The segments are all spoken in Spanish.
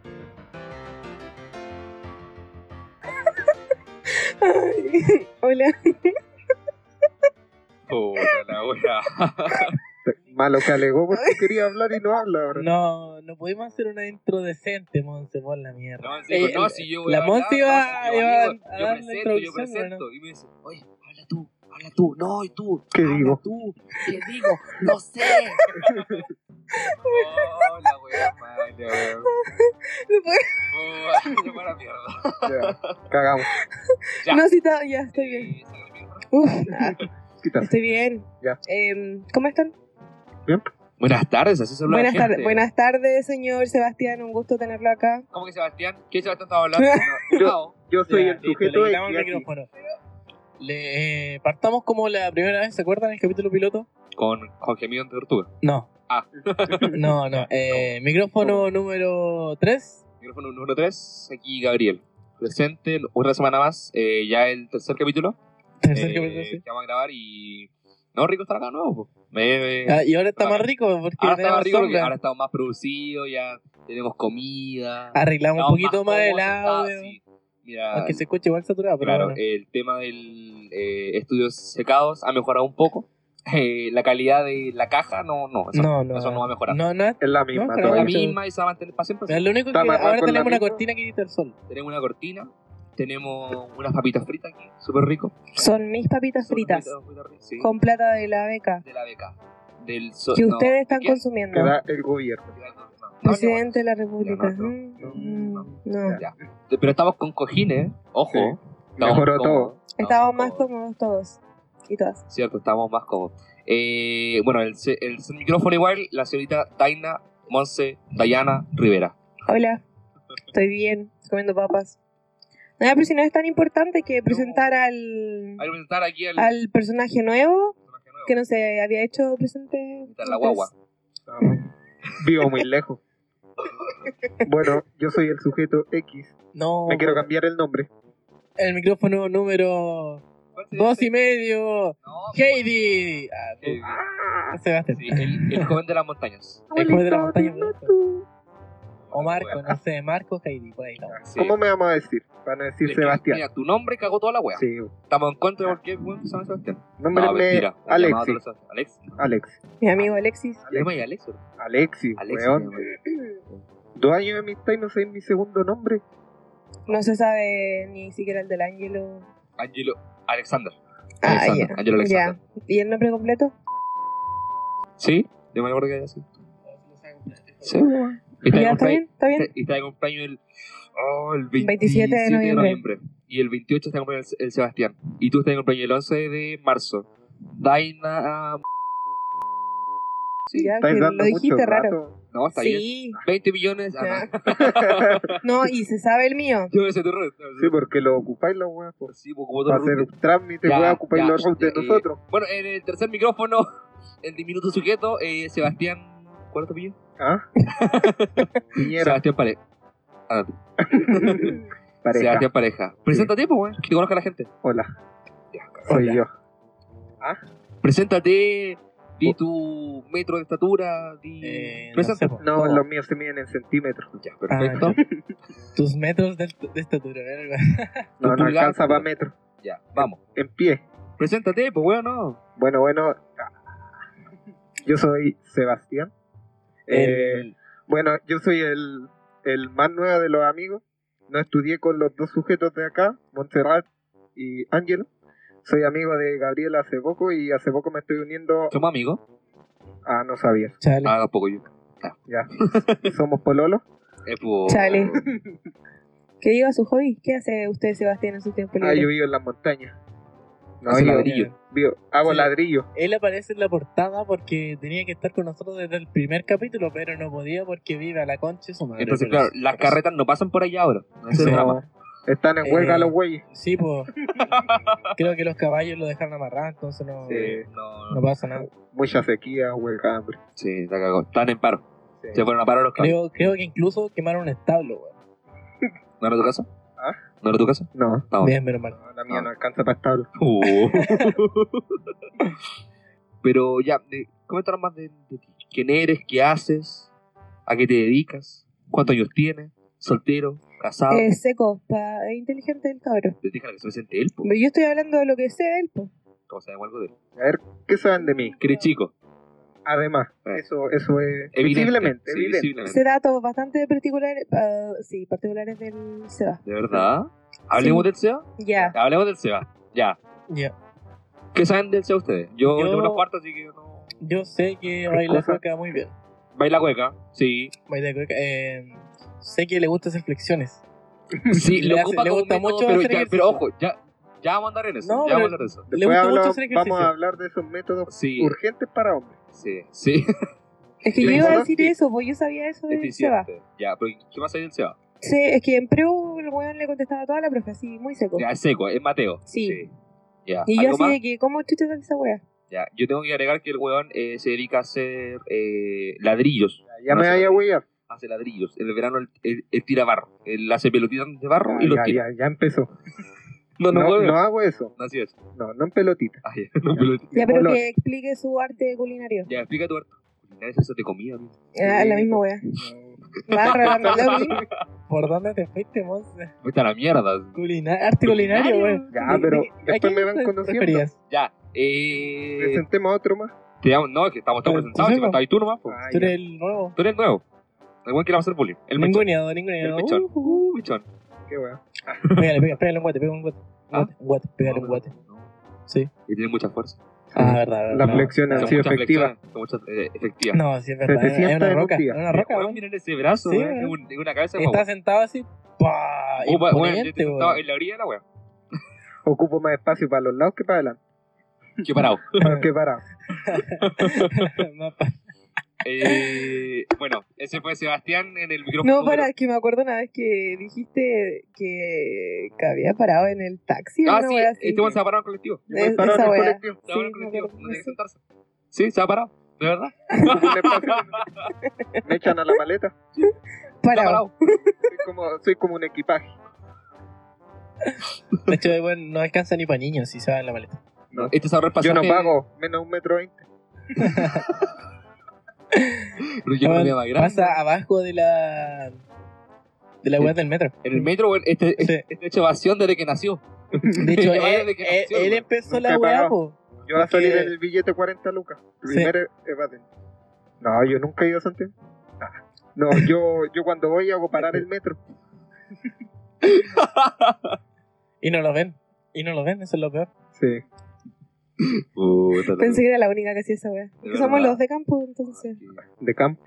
Hola. Puta la wea. Malo que alegó porque quería hablar y no habla ahora. No, no pudimos hacer una intro decente, Monse, por la mierda. No, sí, Eh, no, si yo voy la a hablar, no, Monty iba- si yo iba digo, a yo dar la presento, yo introducción, presento. Y me dice, oye, habla tú, habla tú. No, y tú. ¿Qué habla digo? tú. ¿Qué digo? No sé. oh, la wea mala, weón. No, puedo- Oh, yo para la mierda. Ya, cagamos. Ya. No, sí, está- ya, estoy bien. Eh, saca la mierda. Uf, ah, Quítate. estoy bien. Ya. Em, ¿Cómo están? Buenas tardes, así se habla la Buenas, tardes gente. buenas tardes, señor Sebastián. Un gusto tenerlo acá. ¿Cómo que Sebastián? ¿Qué Sebastián estaba hablando? No, no. Yo soy Ya, el listo, sujeto le de quitamos el aquí. micrófono. Le, eh, partamos como la primera vez, ¿se acuerdan el capítulo piloto? Con, con gemido de tortuga. No. Ah. No, no. Eh, micrófono número 3. Micrófono número 3, aquí Gabriel. Presente una semana más, eh, ya el tercer capítulo. Tercer eh, capítulo, sí. que vamos a grabar y. No, rico estar acá de nuevo. po. Me- me- Ah, y ahora está ahora- más rico porque ahora tenemos estamos rico porque sombra. ahora estamos más producidos, ya tenemos comida. Arreglamos Ah, un estamos poquito más el cómodos, sentados, audio. ah, sí. Mira, Aunque Ah, se escuche igual saturado, pero claro, bueno. el tema del eh, estudios secados ha mejorado un poco. Eh, la calidad de la caja, no, no, eso no, no, eso no va a mejorar. No, no es Es la No, misma. pero es la todavía. mucho. misma y se va a mantener para siempre. es lo único que Está amarrado ahora con la tenemos una misma. cortina que quita el sol. Tenemos una cortina, tenemos unas papitas fritas aquí, súper rico. Son mis papitas Son fritas papitas fritas, sí, con plata de la beca de la beca. Del so- que no, ustedes están ¿de qué? Ah, Que consumiendo. da el gobierno. No, Presidente de la No, República. no, Mm, no, mm, no, No. Ya. Pero estamos con cojines, ojo. Sí. Estamos Mejoró cómodos, Estamos más cómodos. cómodos todos y todas. Cierto, estamos más cómodos. Eh, bueno, el, se- el micrófono igual, la señorita Taina Monse Dayana Rivera. Hola, estoy bien, comiendo papas. Nada, pero si no es tan importante que presentar al, Hay que presentar aquí al al personaje nuevo personaje nuevo. que no se había hecho presente. Está la guagua. antes. Vivo muy lejos. Bueno, yo soy el sujeto X. No, Me quiero cambiar el nombre. el micrófono número ¿Cuál sería dos este? y medio. No, Heidi. Ah, eh, Sebastián. sí, el, el joven de las montañas. El juez de la montaña. O Marco, no sé, Marco Heidi, por ahí no. Sí. ¿Cómo me vamos a decir? Van a decir Le- Sebastián. Mira, tu nombre cagó toda la wea. Sí. Estamos en contra de cualquier weón que se llame Sebastián. No, Nómbreme mentira. Llamado a Alexi. todos los- Alex. Alexi. Mi amigo Alexis. ¿Le llamáis Alex? o no? Alexi, Alexi, weón. le llamáis. Dos años de amistad y no sé mi segundo nombre. No se sabe ni siquiera el del Ángelo. Angelo Alexander. Ah, Alexander, ya. Angelo Alexander. Ya. ¿Y el nombre completo? Sí, yo me acuerdo que era así. Sí, ¿Ya Y trae está cumpleaños, bien? ¿Está bien? y trae cumpleaños el, oh, el 27 de noviembre. Y el 28 está cumpleaños el, el Sebastián. Y tú estás cumpleaños el 11 de marzo. Daina. ah, Sí, Ya, que Estáis lo dando mucho dijiste raro. rato. no, está bien. Sí. 20 millones. Ah, no. No, y se sabe el mío. Yo me sé tu red. no, Sí, porque lo ocupáis los weón. Para Sí, pues, como todo el hacer router. un trámite, Ya, voy a ocupar ya, los routes eh, de nosotros. Bueno, en el tercer micrófono, el diminuto sujeto, eh, Sebastián. ¿Cuál es tu apellido? ¿Ah? Piñera, Sebastián Pare. Ah, pareja. Sebastián Pareja. Preséntate, pues, weón, que te conozca la gente. Hola, soy yo. Preséntate, di tu metro de estatura, di... Oh. Eh, no sé, Preséntate. po. No, ¿Cómo? los míos se miden en centímetros. Ya, perfecto. Ah, Tus metros de, de este estatura, verga. No, no pulgar, alcanza para pulgar. metros. Ya, vamos. En pie. Preséntate, pues, weón, no. Bueno, bueno. Yo soy Sebastián. Eh, El- bueno, yo soy el, el más nuevo de los amigos. No estudié con los dos sujetos de acá, Montserrat y Ángelo. Soy amigo de Gabriel hace poco y hace poco me estoy uniendo Somos amigos. Ah, no sabía. Chale. Ah, tampoco yo. Ya. Somos pololo. Eh, pues, Chale. Que diga su hobby. ¿Qué hace usted, Sebastián, en su tiempo Ah, yo libre? vivo en las montañas. No, Hace yo ladrillo. vivo- hago Sí. ladrillo. Él aparece en la portada porque tenía que estar con nosotros desde el primer capítulo, pero no podía porque vive a la concha de su madre. Entonces, Pero- claro, las carretas no pasan por allá ahora. No es el Sí. drama. Están en Eh, huelga los güeyes. Sí, pues. creo que los caballos lo dejaron amarrado, entonces no, Sí, no, no no. pasa nada. Mucha sequía, huelga hambre. Sí, está cagado. Están en paro. Sí. Se fueron a paro los caballos. Creo, creo que incluso quemaron un establo, weón. ¿No era tu caso? ¿Ah? ¿No era tu caso? No, Estamos. Bien, pero mal. no, la mía Ah. no alcanza para establo. Oh. Pero ya, de- coméntanos más de, de ti. ¿Quién eres? ¿Qué haces? ¿A qué te dedicas? ¿Cuántos años tienes? ¿Soltero? casado. Eh, seco, pa- es inteligente el cabrón. Les dije a la que se presente él, po. Pero Yo estoy hablando de lo que sé de él, po. Todos sabemos algo de él. A ver, ¿qué saben de mí? Que eres chico. Además, Ah. eso, eso es Evidente. visiblemente, Sí, evidente. visiblemente. Sé datos bastante particulares, ah, sí, particulares del Seba. ¿De verdad? ¿Hablemos Sí. del SEBA? Ya. Hablemos del SEBA. Ya. Ya. ¿Qué saben del SEBA ustedes? Yo, Yo- tengo una cuarta, así que no... Yo sé que baila cosa? cueca muy bien. Baila hueca, sí. Baila cueca. eh, sé que le gusta hacer flexiones. Sí, Le lo hace- ocupa le como gusta método, mucho pero, hacer ya- pero ejercicio. ojo, ya, ya vamos a andar en eso. No, ya pero- vamos a andar en eso. Le Después gusta mucho hablo- hacer ejercicio. Pues vamos a hablar de esos métodos Sí, urgentes para hombres. sí, sí. Es que Le yo iba a conozco. decir eso, pues yo sabía eso del Seba. Eficiente. Ya, pero ¿qué más hay del SEBA? Sí, es que en Perú el weón le contestaba a toda la profe, así, muy seco. Ya, es seco, es Mateo. Oh. Sí. Ya, Y yo ¿algo así más? de que, ¿cómo chucha hace esa wea? Ya, yo tengo que agregar que el weón eh, se dedica a hacer eh, ladrillos. Ya me No sé, vaya a huear. Hace ladrillos. En el verano él, él- él tira barro. Él hace pelotitas de barro Ah, y Ya, los ya, tira. ya, ya empezó. No, no, No, hueveo. no hago eso. Así es. No, no en pelotita. Ah, ya, no, pelotita. Ya, pero Bolones. que explique su arte culinario. Ya, explica tu arte. Culinarias esas de comida, amigo. Ah, la misma wea. Barra, Barloqui. ¿Por dónde te fuiste, Monza? Vete a la mierda. Culina- arte culinario, güey. Ya, pero ¿A después quién me van te conociendo. referías? Ya, eh. Presentemos a otro más. Te damos, no, es que estamos todos Pero, presentados. sí, Si me po. estás ahí tú nomás, po. Ah, Tú ya. eres el nuevo. Tú eres nuevo. El weón que le va a hacer bullying. El mechón. Ninguneado, El ninguneado. mechón. Uh, Uh, mechón. Qué bueno. uh. Pégale, pégale, pégale un guate, pégale un guate. Un ¿Ah? guate, un guate, pégale No, un guate. no, no. Sí. Y tiene mucha fuerza. Ah, verdad, verdad. La flexión ha Son sido muchas Ah, efectiva. flexiones, son muchas, eh, efectivas. No, sí, es verdad. Es es 700 una en un roca. día. Es una roca, Weón, güey. miren ese brazo, Sí, weón. weón. Es un- es una cabeza de Está guagua. sentado así. ¡Pah! Oh, weón, weón, yo imponente, estoy güey. sentado en la orilla de la weá. Ocupo más espacio para los lados que para adelante. Qué parado. Para que para. Más pa- Eh, bueno, ese fue Sebastián en el micrófono. No, para, número- es que me acuerdo una vez que dijiste que, que había parado en el taxi. Ah, una sí, wea así. este weón se ha parado en colectivo. Yo me Es- paro en esa el wea. colectivo. Se ha parado en Sí, me colectivo. acuerdo de No tiene que eso. sentarse. Sí, se ha parado. De verdad. Ocupo un espacio. Me echan a la maleta. Está Parado. parado. Soy como, soy como un equipaje. De hecho, güey, no alcanza ni para niños si se va en la maleta. No. Este es ahorrar Yo pasaje. no pago menos un metro veinte. Pero yo Güey, me más grande. Pasa abajo de la. de la web del metro. En el metro, weón, este, Sí. este, este hecho vacío desde que nació. De hecho, Vale, él, de que él- nació, él güey. empezó Nunca la he weá, pagado. po. Yo va a salir Porque- en el billete 40 lucas. Sí. Primero evaden. No, yo nunca he ido a Santiago. Ah, No, yo, yo cuando voy hago parar el metro. Y no lo ven. Y no lo ven, eso es lo peor. Sí. Puta la- Pensé que era la única que hacía esa wea. De Que Somos verdad. los de campo, entonces. De campo.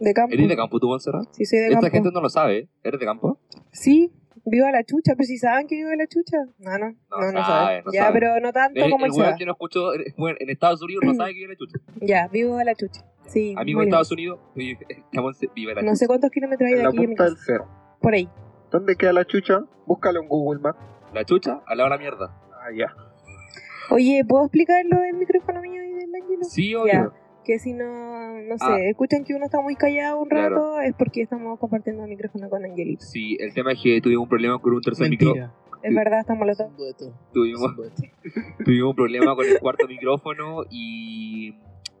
De campo. ¿Eres de campo tú, Monserrat? Sí, soy de Esta campo. gente no lo sabe, ¿eh? ¿Eres de campo? Sí, viva la chucha, pero si saben que viva la chucha. No, no, no, no, sabe, saben. no ya, sabe. pero no tanto El, como el el weón Seba. que no escuchó eh, bueno, en Estados Unidos no sabe que viene chucha. Ya, vivo de la chucha. Sí, Amigo muy de lejos. Estados Unidos, oye, estamos viva la No sé cuántos kilómetros hay En de la aquí. de mi punta del casa. cerro. Por ahí. ¿Dónde queda la chucha? Búscalo en Google Maps. chucha. La chucha al lado de la mierda. Ah, ya. Oye, ¿puedo explicar lo del micrófono mío y del Ángelo? Sí, Ya. obvio. Que si no, no sé, Ah. escuchan que uno está muy callado un rato, Claro. es porque estamos compartiendo el micrófono con Angelito. Sí, el tema es que tuvimos un problema con un tercer micrófono. Mentira. Es verdad, estamos los Es dos. un dueto. Es Tuvimos, un dueto. tuvimos un problema con el cuarto micrófono y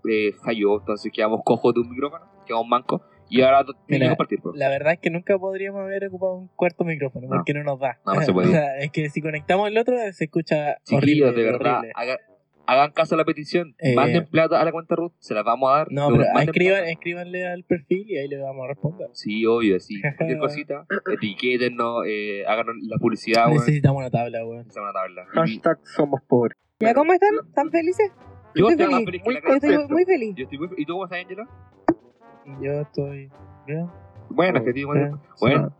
eh, falló. Entonces quedamos cojos de un micrófono, quedamos mancos. Y ahora tenemos que Mira, compartir, bro. La verdad es que nunca podríamos haber ocupado un cuarto micrófono No. porque no nos da. No, no se puede. O sea, es que si conectamos el otro se escucha horrible. Chiquillos, de verdad, horrible. haga- hagan caso a la petición. Eh, manden plata a la cuenta Ruth, se las vamos a dar. No, pero pero manden escriban, plata. escribanle al perfil y ahí le vamos a responder. Sí, obvio, sí. Cualquier cosita, etiquétennos, eh, háganos la publicidad, weón. Necesitamos una tabla, weón. Hacemos una tabla. Y- Hashtag somos pobres. ¿Ya cómo están? ¿Están felices? Yo estoy estoy más feliz, feliz que muy la Yo cresta. estoy Perfecto. muy feliz. Yo estoy muy- ¿Y tú cómo estás, Angela? Yo estoy. bien, Bueno, es que tío, bien. bueno, bueno,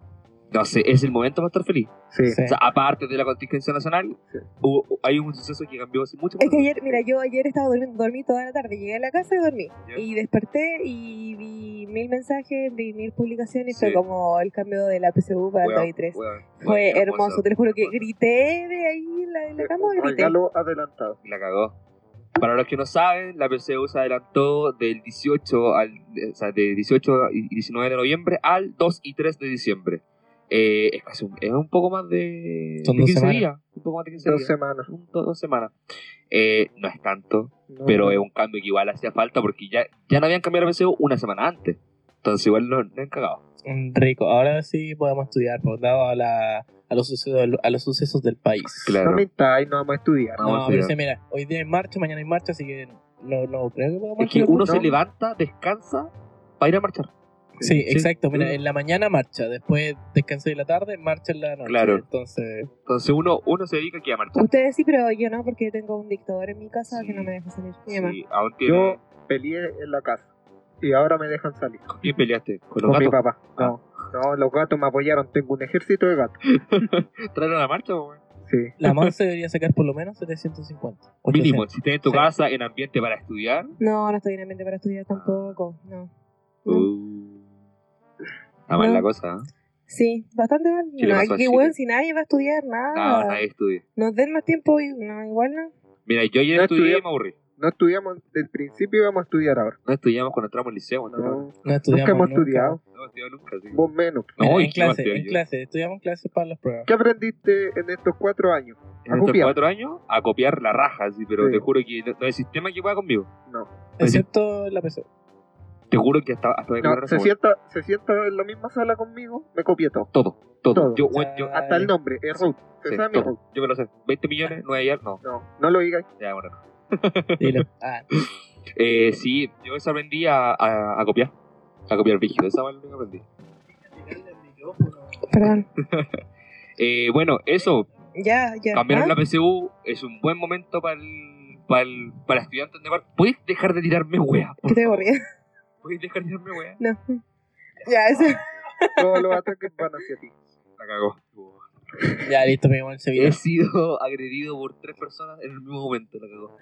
no sé, es el momento para estar feliz. Sí. Sí. O sea, aparte de la contingencia nacional, hubo- hubo- hay un suceso que cambió hace mucho. Es que ayer, mira, yo ayer estaba durmiendo, dormí toda la tarde, llegué a la casa y dormí. Ya. Y desperté y vi mil mensajes, vi mil publicaciones, Sí. fue como el cambio de la PSU para Weón, el 3 weón, Fue weón, hermoso, te lo juro que hermoso. grité de ahí en la, en la cama, Un grité. regalo adelantado. La cagó. Para los que no saben, la PCU se adelantó del 18 al, eh, o sea, de 18 y 19 de noviembre al 2 y 3 de diciembre. Eh, es casi un, es un poco más de, Son de dos 15 semanas. días. Un poco más de 15 Dos días. semanas. Un- dos, dos semanas. Eh, no es tanto, No, pero no. es un cambio que igual hacía falta porque ya, ya no habían cambiado la PCU una semana antes. Entonces igual no, no han cagado. Mm, Rico, ahora sí podemos estudiar, por dado a, la, a, los sucesos, a los sucesos del país. No Claro. mintáis, no vamos a estudiar. Vamos a no, pero estudiar. sí, mira, hoy día hay marcha, mañana hay marcha, así que no, no creo que Es podamos que estudiar uno mucho. se levanta, descansa, para ir a marchar. Sí, exacto. Mm. Mira, en la mañana marcha, después descanso de la tarde, marcha en la noche. Claro. Entonces, Entonces uno, uno se dedica aquí a marchar. Ustedes sí, pero yo no, porque tengo un dictador en mi casa Sí. que no me deja salir. Mi mamá. Sí, aún tiene... Yo peleé en la casa y ahora me dejan salir. ¿Con quién peleaste? ¿Con los Con mi gatos? Ah. papá. No, no, los gatos me apoyaron. Tengo un ejército de gatos. ¿Traen a la marcha? güey? Sí. la Monse debería sacar por lo menos 750. Mínimo, si estás en tu Sí. casa, en ambiente para estudiar. No, no estoy en ambiente para Ah. estudiar tampoco. No. Mm. No. Uh, está mal No. la cosa, ¿eh? Sí, bastante mal. ¿Qué le No, pasó a que Chile? weón, si nadie va a estudiar No, Ah. nada. nadie estudia. Nos den más tiempo y no, igual no. Mira, yo ayer No estudié estudié. y me aburrí. No estudiamos del principio y vamos a estudiar ahora. No estudiamos cuando entramos al liceo. No, no, No, No estudiamos nunca hemos estudiado. no estudié nunca. sí. Vos menos. No, Mira, ¿y en qué más clase, estudié en yo? clases, estudiamos clases para las pruebas. ¿Qué aprendiste en estos cuatro años? En estos copiar. cuatro años, a copiar la raja, sí, pero Sí. te juro que no, no hay sistema que pueda conmigo. No. Excepto la PC. Te juro que hasta, hasta me No, cobraron se esa sienta, se sienta en la misma sala conmigo, me copié todo. hueá. todo, todo. Todo. Yo, bueno, yo, Ah, Hasta el nombre, es Ruth. Se sí, sabe mi todo. Ruth. Yo me lo sé. 20 millones, no hay ayer, no. No, no lo digas. Ya, bueno. no. Dilo. Ah, Eh, sí, yo eso aprendí a, a, a copiar. A copiar rígido, esa es lo que aprendí. Perdón. Eh, bueno, eso, Ya, ya. cambiaron ¿Ah? la PSU, es un buen momento para el, para el, para estudiantes de par. ¿Puedes dejar de tirarme wea? Que te aburrida. ¿Puedes dejar de tirarme wea? No. Ya, ese. Ah. Todos los ataques van hacia ti. La cagó. ya, listo, mi amor, se vio. He sido agredido por tres personas en el mismo momento, la cagó.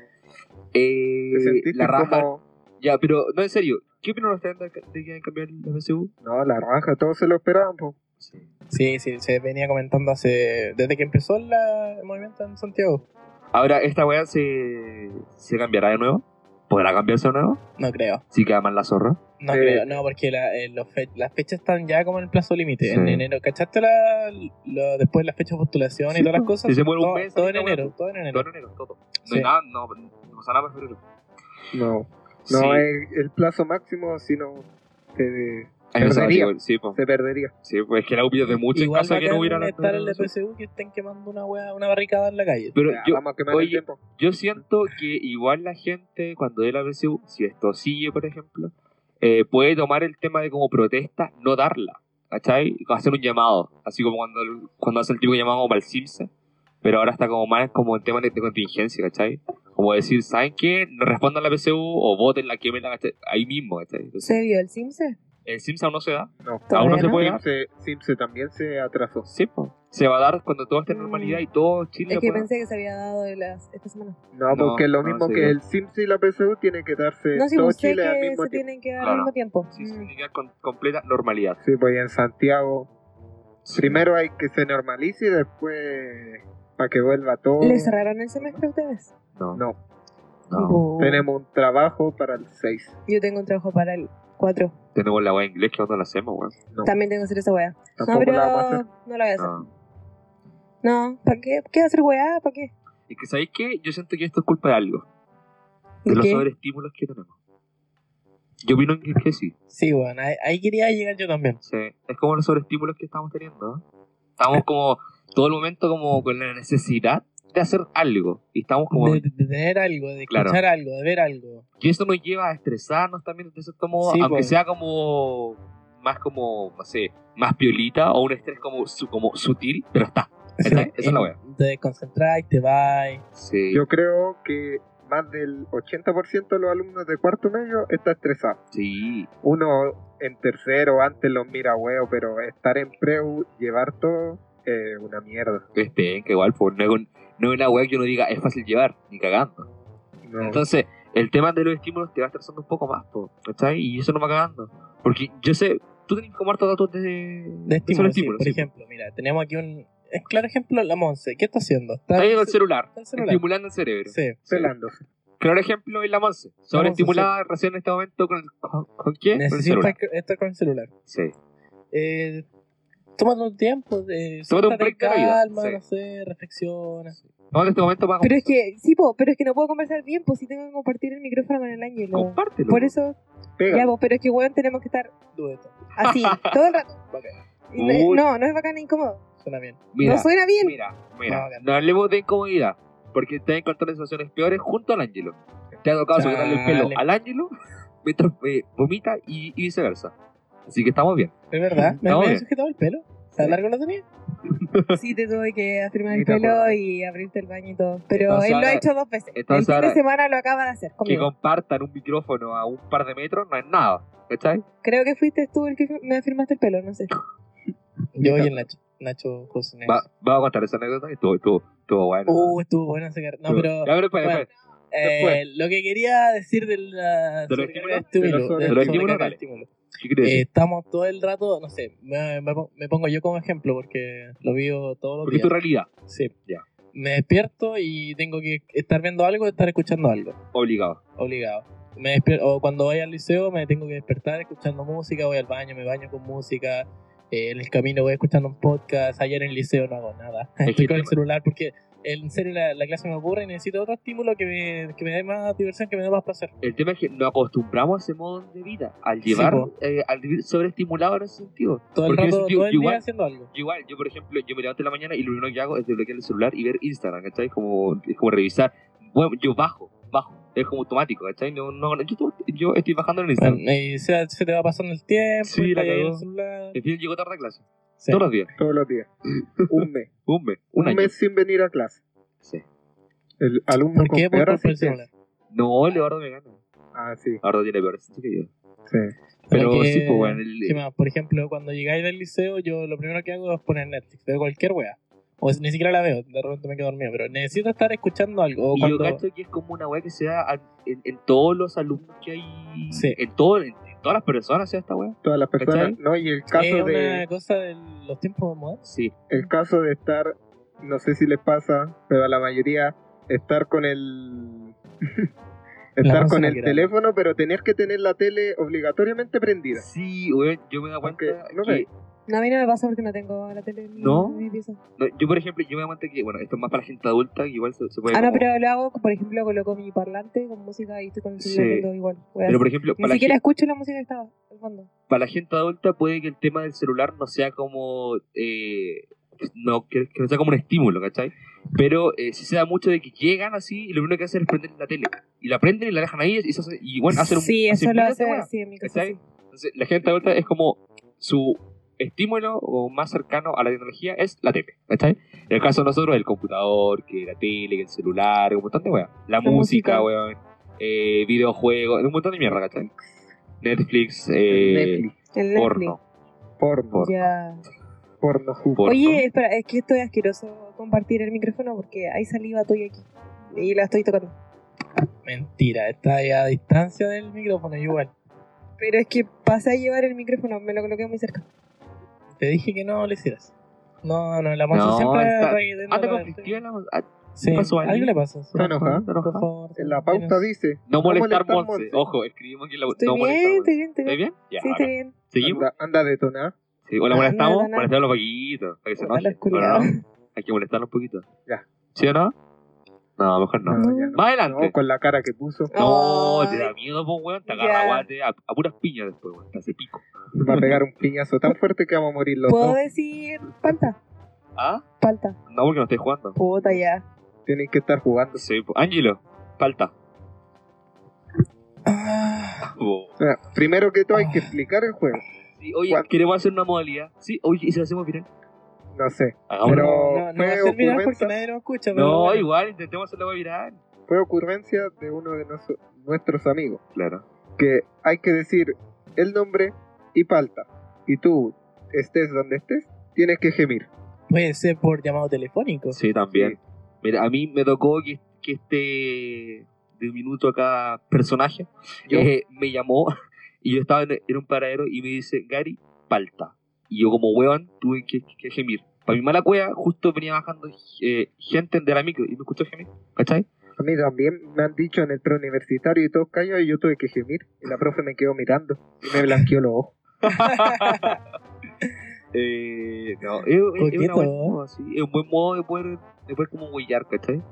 Eh, Te sentiste la raja. como... Ya, pero no, en serio, ¿qué opinan ustedes de de que hayan cambiado la PSU? No, la raja, todos se lo esperaban. po. Sí. Sí, sí, se venía comentando hace. desde que empezó la- el movimiento en Santiago. Ahora, ¿esta wea se, se cambiará de nuevo? ¿Podrá cambiarse de nuevo? No creo, Si queda mal la zorra. no Eh. creo, no, porque la, eh, los fe- las fechas están ya como en el plazo límite. Sí. En enero, ¿cachaste la, lo- después las fechas de postulación Sí, y todas las po. cosas? Si se muere un todo, mes, todo en ahorita, enero, bueno. todo en enero. Todo en enero, todo. No Sí. hay nada, no, no pasa nada para febrero. No, Sí. no es el plazo máximo, sino se, Ahí no se va, Perdería. sí, sí, po. se perdería. Sí, pues es que la UPI es de mucho en Igual casa va que no hubiera a la estar el de PSU que estén quemando una, wea- una barricada en la calle. Pero Ya, yo, vamos a quemar oye, el tiempo. yo siento que igual la gente, cuando dé la PSU, si esto sigue, por ejemplo, eh, puede tomar el tema de como protesta, no darla, ¿cachai? Hacer un llamado, así como cuando, el- cuando hace el tipo llamado para el Simpson, pero ahora está como más como en tema de, de contingencia, ¿cachai? Como decir, ¿saben qué? No respondan la PSU o voten la quemen ahí mismo, ¿cachai? Entonces, ¿Se vio el Simse? el Simpson aún no se da, No. aún no Todavía se no. puede Simse, dar. Simse también se atrasó. Sí, po. se va a dar cuando todo esté en Mm. normalidad y todo Chile Es que pueda- pensé que se había dado de las, esta semana. No, No, porque es lo no, mismo sí. que el Simse y la PSU tiene que darse No, si todo usted Chile al que mismo se tiempo. tienen que dar al Claro. mismo tiempo. Sí, sí, Mm. tiene que dar con completa normalidad. Sí, pues y en Santiago. Sí. Primero hay que se normalice y después para que vuelva todo. ¿Le cerraron el semestre a ustedes? No, no. No, Bu. tenemos un trabajo para el 6. Yo tengo un trabajo para el 4. Tenemos la wea en inglés que aún no la hacemos, weón. No, También tengo que hacer esa weá. No, tampoco pero la vamos a hacer. no la voy a hacer. No. No, ¿para qué? ¿Qué hacer weá? ¿Para qué? Y que sabéis qué? Yo siento que esto es culpa de algo. De ¿De los qué? sobreestímulos que tenemos. Yo opino que, que sí. Sí, weón, ahí, ahí quería llegar yo también. sí. Es como los sobreestímulos que estamos teniendo. ¿no? Estamos como todo el momento como con la necesidad de hacer algo. Y estamos como... De, de tener algo, de Claro. escuchar algo, de ver algo. Y eso nos lleva a estresarnos también de cierto modo. Sí, aunque pues. sea como... Más como, no sé, más piolita o un estrés como, su, como sutil, pero está. Sí, Esa- esa es la wea. Te desconcentráis, te vais. Sí, Yo creo que más del 80% de los alumnos de cuarto medio está estresado. sí. Uno en tercero antes los mira huevo, pero estar en preu, llevar todo, eh, una mierda. Este, que igual, pues no es, un- no es una weá que uno diga es fácil llevar, ni cagando. No. Entonces, el tema de los estímulos te va estresando un poco más, po, ¿cachai? Y eso no va cagando. Porque yo sé, tú tenés como hartos datos de, De estímulos, sí, sobreestímulos, por sí. ejemplo, mira, tenemos aquí un. Es claro ejemplo, la Monse. ¿Qué está haciendo? Está, Está ahí en el ce- celular, está en el celular. estimulando el ¿Eh? cerebro. Sí. Sí. pelándose. Claro ejemplo es la Monse, sobreestimulada recién en este momento con, el- con, con qué? Con el Necesita celular. estar, con el celular. Sí. Eh, tómate un tiempo, de Tómate un break de la vida, calma, sí. no sé, reflexiona. Vamos en este momento para Oh. Pero es que, sí, po, pero es que no puedo conversar bien, pues si tengo que compartir el micrófono con el ángel. compártelo. Por eso, Pega. Ya, vos, pero es que, weón, tenemos que estar Dueto. así, todo el rato. Bacán. Y me- Uy. no, no es bacán e incómodo. Suena bien. Mira, no suena bien. mira, mira. No, No hablemos de incomodidad. Porque te vas a encontrar en situaciones peores junto al Ángelo. Te ha tocado Chale. sacarle el pelo al Ángelo mientras eh, vomita y, y viceversa. Así que estamos bien. Es verdad. Me, No, me bien. he sujetado el pelo. ¿Tan largo lo tenía? Sí, te tuve que afirmar Ni el te pelo acordás. y abrirte el baño y todo. Pero él Entonces lo ha ahora- hecho dos veces. el entonces fin ahora- de semana lo acaba de hacer Que conmigo. compartan un micrófono a un par de metros no es nada. ¿Cachai? Creo que fuiste tú el que me afirmaste el pelo, no sé. Yo y el Nacho. Nacho Cocinés. Va- Vamos a contar esa anécdota que estuvo, estuvo, estuvo bueno. Uh, estuvo buena esa car- No, Estuvo- pero. Ya, pero espera, bueno, espera. eh, después. lo que quería decir de la ¿De los sobrecarga estímulos? De los de sobre- la de los sobrecarga estímulos, de estímulo. ¿Qué quieres Eh, decir? estamos todo el rato, no sé, me, me pon- me pongo yo como ejemplo porque lo vivo todos los Porque es tu días. realidad, Sí. Ya. Me despierto y tengo que estar viendo algo, estar escuchando algo, obligado. obligado. Me despier- o cuando voy al liceo me tengo que despertar escuchando música, voy al baño, me baño con música, eh, en el camino voy escuchando un podcast, ayer en el liceo no hago nada, que estoy con te- el celular porque en serio la, la clase me aburre y necesito otro estímulo que me, que me dé más diversión, que me dé más placer. El tema es que nos acostumbramos a ese modo de vida, al llevar, po. eh, al vivir sobreestimulado en ese sentido. Todo el Porque en ese rato, sentido, todo el yo día igual, haciendo algo. yo igual, yo por ejemplo, yo me levanto en la mañana y lo primero que hago es desbloquear el celular y ver Instagram, ¿cachai? Como, es como revisar. Bueno, yo bajo, bajo. Es como automático, ¿cachai? No, no, yo, estoy- yo estoy bajando en el Instagram. Bueno, y se, se te va pasando el tiempo, Sí, está la ahí en el cagó. celular. En fin, llego tarde a clase. Sí. Todos los días. todos los días. Un mes. Un mes. Un, Un, año. mes sin venir a clase. Sí. El alumno ¿Por con qué? Por peor culpa del asistencia. celular. No, Leonardo me gana. Ah, sí, Ahora tiene peor asistencia que yo. sí. Pero Porque, sí, pues, bueno, el- ¿qué más? Por ejemplo, cuando llegáis del liceo, yo lo primero que hago es poner Netflix. Veo cualquier wea. O si- ni siquiera la veo, de repente me quedo dormido. Pero necesito estar escuchando algo. O Y yo cuando- cacho que es como una weá que se da al- en, en todos los alumnos que hay. Sí. En, todo, en, en todas las personas se da esta weá. Todas las personas. ¿Cachai? No, y el es caso, una de, cosa de los tiempos modernos. Sí. el caso de estar, no sé si les pasa, pero a la mayoría, estar con el... La estar con consola el grande. teléfono, pero tener que tener la tele obligatoriamente prendida. Sí, weón, yo me he dado cuenta Aunque no que. ve. No, a mí no me pasa porque no tengo la tele en mi- ¿No? en mi pieza. no, yo, por ejemplo, yo me he dado cuenta que, bueno, esto es más para la gente adulta, que igual se, se puede. Ah, no, como- pero lo hago, por ejemplo, coloco mi parlante con música y estoy con el celular Sí. viendo igual. weas. pero, por ejemplo, Ni para la, siquiera gen- escucho la música que estaba al fondo. para la gente adulta puede que el tema del celular no sea como. eh, no, que, que no sea como un estímulo, ¿cachai? Pero eh, sí se da mucho de que llegan así y lo primero que hacen es prender la tele. Y la prenden y la dejan ahí y, se hace- y bueno, hacen un. sí, eso hacen lo miles de hace weas. así en mi casa. ¿Cachai? Entonces, la gente adulta es como su estímulo o más cercano a la tecnología es la tele, ¿cachai? En el caso de nosotros, el computador, que la tele, que el celular, un montón de weas. La, música, música. weón, eh, videojuegos, un montón de mierda, ¿cachai? Netflix, eh, Netflix, sí. El Netflix. porno, porno, porno. Ya. porno, porno. Oye, espera, es que estoy asqueroso compartir el micrófono porque hay saliva estoy aquí. Y la estoy tocando. Mentira, está ahí a distancia del micrófono igual. Pero es que pasé a llevar el micrófono, me lo coloqué muy cerca. Te dije que no lo hicieras. No, no, la masa No, siempre está- regueteando anda la- conflictiva la- ah, Sí, pasó ahí. algo le pasa. sí. Está enojada, Por enojada. favor, En la pauta tienes- dice... No molestar, molestar, Monse. Monse. Ojo, escribimos que la Estoy no molestar. bien, Monse. estoy bien, estoy ¿Estás bien. bien? Ya, Sí, acá. estoy bien. ¿Seguimos? Anda, anda detonada. Sí, o la Ah, molestamos, nada, nada. molestamos un poquito, para que se Puta, los enoje. Bueno, culiados. no, hay que molestarlo un poquito. Ya. ¿Sí o no? No, mejor no. No, ya No. no. Más adelante. No, con la cara que puso. No, Ay. te da miedo, pues, weón. Te agarra Ya. guate a, a puras piñas después, weón. Te hace pico. Va a pegar un piñazo tan fuerte que vamos a morir los ¿Puedo dos. decir palta? ¿Ah? Palta. No, porque no estés jugando. Puta ya. Tienen que estar jugando. Sí, pues. Ángelo, falta. Ah, Oh. O sea, primero que todo hay que Ah. explicar el juego. Sí, oye, Juan. queremos hacer una modalidad. Sí, oye, ¿y si lo hacemos viral? No sé. Hagámoslo. Pero no, no, no fue va a ser viral ocurrencia. porque nadie nos escucha. pero No, bueno. igual, intentemos hacerlo viral. Fue ocurrencia de uno de noso- nuestros amigos. Claro. Que hay que decir el nombre y palta. Y tú, estés donde estés, tienes que gemir. Puede ser por llamado telefónico. Sí, también. Mira, a mí me tocó que, que este diminuto acá personaje Yo. eh, me llamó y yo estaba en, en un paradero y me dice, Gary, palta. Y yo como hueón tuve que, que gemir. Para mi mala cueva, justo venía bajando eh, gente de la micro y me escuchó gemir, ¿cachai? A mí también me han dicho en el preuniversitario y todos callados y yo tuve que gemir. Y la profe me quedó mirando y me blanqueó los ojos. Eh, no, es, es- es una Coqueto, buena ¿eh? moda, sí, es un buen modo de poder, de poder como huellar, ¿cachai?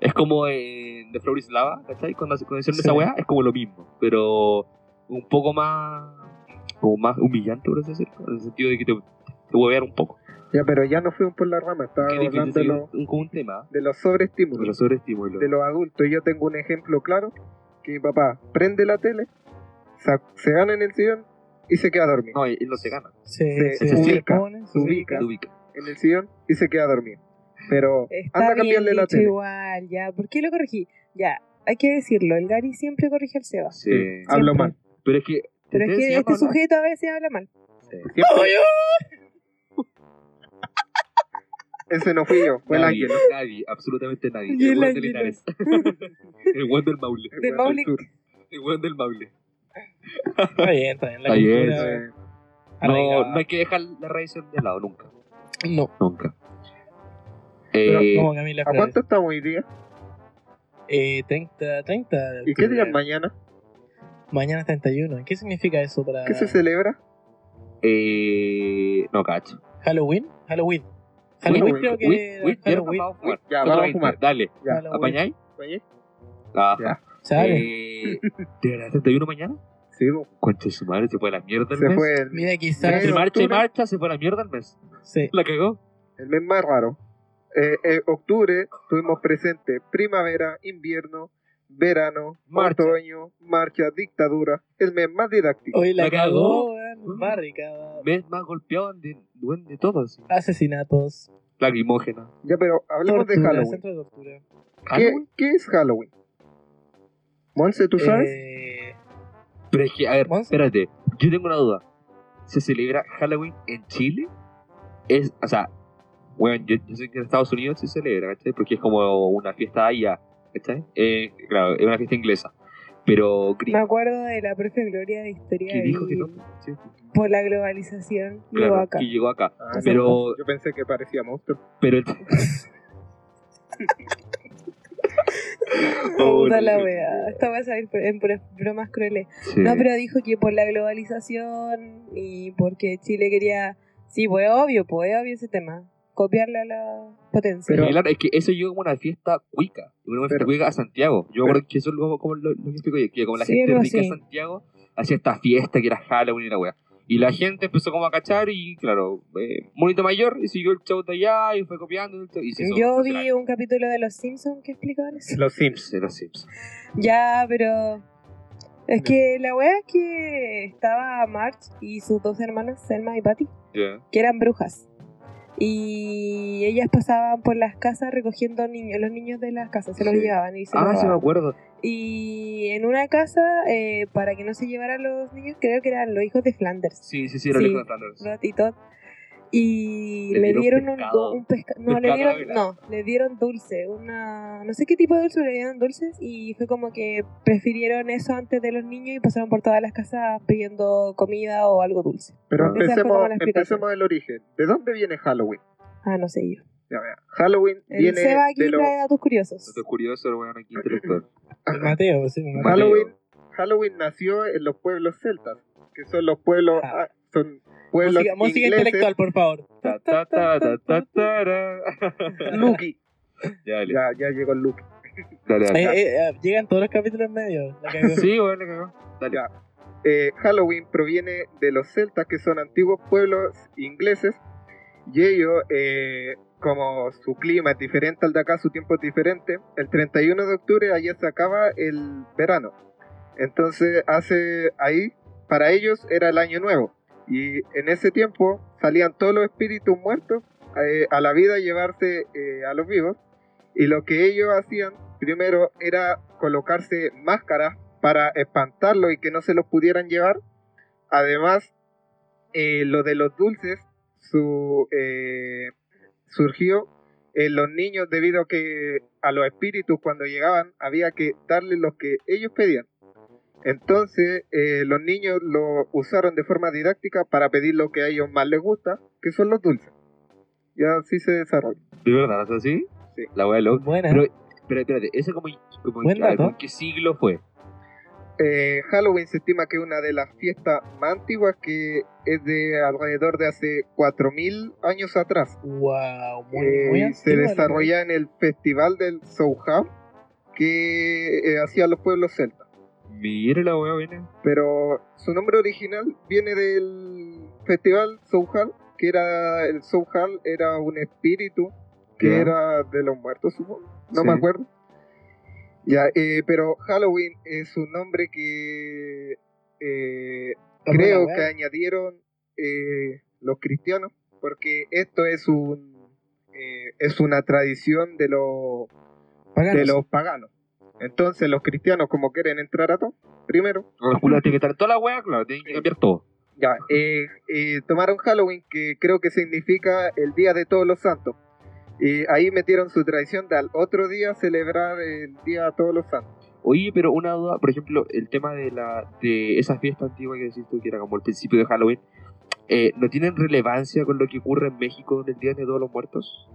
Es como en The Flourish Lava, ¿cachai? Cuando, hace- cuando hicieron Sí. esa weá, es como lo mismo, pero un poco más, como más humillante, por así decirlo, en el sentido de que te, te huevean un poco. Ya, pero ya no fuimos por la rama, estaba Qué difícil hablando de seguir los, un, con un tema de los de los sobreestímulos, sobreestímulos. de los adultos. Yo tengo un ejemplo claro, que mi papá prende la tele, sa- se gana en el sillón y se queda dormido. No, él no se gana, Se, Se se, se ubica, pone, se sí. ubica se ubica. en el sillón y se queda dormido. Pero Está anda a bien cambiarle la dicho tele. igual, ya. ¿Por qué lo corregí? Ya, hay que decirlo. El Gary siempre corrige al Seba. Sí. Ah, Sí, Hablo Siempre. mal. Pero es que. Pero es ¿ustedes que se este llaman? sujeto a veces habla mal. Sí. Siempre- Oye, Ese no fui yo, fue el Nadie, ángel. nadie, absolutamente nadie. Y El el weón de ángel. Linares. El weón del Maule. Del Maule. sur. El weón del Maule. Está bien, está bien. Está La bien, cultura Eh, No, arraigada. no hay que dejar la raíz de lado, nunca. eh. No, Nunca. Pero, Eh, como Camila ¿A Flores. cuánto estamos hoy día? Eh, 30, 30. de ¿Y qué octubre. día es mañana? Mañana es 31. ¿Qué significa eso para ¿Qué se celebra? eh, no, cacho. Halloween? Halloween. Wit, Halloween Halloween, creo que wit, era wit, ya Halloween. vamos a fumar. Ya, vamos a 4.20, fumar. Dale, Ya. Halloween. ¿apañáis? Oye, Ajá. Ya. ¿Sabes? Eh, ¿De verdad 31 mañana? Sí, bo. Concha de su madre, se fue a la mierda el se mes. fue el, Mira, Mira, quizás. Entre en marcha y octubre. marcha se fue a la mierda el mes. Sí. La cagó. el mes más raro. Eh, eh, octubre tuvimos presente primavera, invierno, verano, Marcha. otoño, marcha, dictadura. El mes más didáctico. Hoy la, La cagó. cagó, weón. Mm. Barricada. Mes más golpeado de, de todos. Asesinatos. Lacrimógena. Ya, pero hablemos de tortura, Halloween. Centro de tortura. ¿Qué, Halloween. qué es Halloween? Monse, ¿tú sabes? Eh, Pero es que, a ver, Monse. espérate. Yo tengo una duda. ¿Se celebra Halloween en Chile? Es, o sea, bueno, yo, yo sé que en Estados Unidos se celebra, ¿cachai? Porque es como una fiesta allá, ¿cachai? Eh, claro, es una fiesta inglesa. Pero Me gringo, acuerdo de la profe Gloria de Historia que dijo que no. y Sí, por la globalización llegó claro, acá. que llegó acá. Ah, Pero, Yo pensé que parecía monstruo. pero... Puta la Oh, wea. Esta va a salir en puras bromas crueles. sí. No, pero dijo que por la globalización y porque Chile quería. Sí, pues obvio, pues obvio ese tema. Copiarle a la potencia. Pero- Pero claro, es que eso llegó como una fiesta cuica, una fiesta Pero- cuica a Santiago. Yo pero- recuerdo que eso es lo- como lo, lo que explico yo, que como la Sí, gente algo rica de así. Santiago hacía esta fiesta que era Halloween y la wea. Y la gente empezó como a cachar y claro, eh, Monito Mayor y siguió el show de allá y fue copiando el show, y se hizo Yo nacional. vi un capítulo de Los Simpsons que explicaban eso. Los Sims. Sims, era Sims. Ya, pero. Es Ya. que la wea es que estaba Marge y sus dos hermanas, Selma y Patty, Ya. que eran brujas. Y ellas pasaban por las casas recogiendo niños, los niños de las casas, se los Sí. llevaban y se los Ah, sí me robaban. acuerdo. Y en una casa, eh, para que no se llevaran los niños, creo que eran los hijos de Flanders, Sí, sí, sí, era Sí. el hijo de Flanders. Rod y Todd. Y Le le, dieron dieron un, pescado. do- un pesca- No, le Pescado dieron, de la- no, le dieron dulce, una... No sé qué tipo de dulce, pero le dieron dulces y fue como que prefirieron eso antes de los niños y pasaron por todas las casas pidiendo comida o algo dulce. Pero Ah. Esa fue como empecemos, la explicación. empecemos del origen. ¿De dónde viene Halloween? Ah, no sé yo. Ya, vea. Halloween El viene Seba aquí de los... trae datos curiosos. Esto es curioso, era aquí intelectual. El Mateo, sí, el Mateo. Halloween, Halloween nació en los pueblos celtas, que son los pueblos... Ah. ah, son pueblos música, música ingleses. intelectual, por favor. Ta, ta, ta, ta, ta, ta, pues. Lucky. Ya, dale, Ya, ya llegó el Lucky. dale, Eh, dale. eh, eh, llegan todos los capítulos en medio. La cagó. Sí, bueno, le cagó. Dale. Ya. Eh, Halloween proviene de los celtas, que son antiguos pueblos ingleses, y ellos, eh, como su clima es diferente al de acá, su tiempo es diferente, el 31 de octubre allá se acaba el verano. Entonces, hace ahí, para ellos era el año nuevo, y en ese tiempo salían todos los espíritus muertos eh, a la vida a llevarse eh, a los vivos, y lo que ellos hacían primero era colocarse máscaras para espantarlos y que no se los pudieran llevar. Además, eh, lo de los dulces su, eh, surgió en los niños debido a que a los espíritus cuando llegaban había que darles lo que ellos pedían. Entonces eh, los niños lo usaron de forma didáctica para pedir lo que a ellos más les gusta, que son los dulces. Y así se desarrolla. ¿De verdad? ¿Es así? Sí. La wea loca. Buena. Pero, pero espérate, ¿ese como, como, Buen a ver, dato. ¿en qué siglo fue? Eh, Halloween se estima que es una de las fiestas más antiguas que es de alrededor de hace 4.000 años atrás. wow, muy, Eh, muy y se antigua la desarrolla en el festival del Southam que eh, hacían los pueblos celtas. Mira la weá, buena. Pero su nombre original viene del festival Souhal, que era el Souhal era un espíritu que Ya. era de los muertos, supongo. No Sí. me acuerdo. Ya, eh, pero Halloween es un nombre que eh, creo que añadieron eh, los cristianos, porque esto es un eh, es una tradición de los de los paganos. Entonces los cristianos como quieren entrar a todo, primero Los culiados tienen que estar toda la weá, claro, tienen que cambiar todo. Ya, eh, eh, tomaron Halloween, que creo que significa el Día de Todos los Santos. Y ahí metieron su tradición de al otro día celebrar el Día de Todos los Santos. Oye, pero una duda, por ejemplo, el tema de la de esa fiesta antigua que decís tú, que era como el principio de Halloween, eh, ¿no tienen relevancia con lo que ocurre en México en el Día de Todos los Muertos?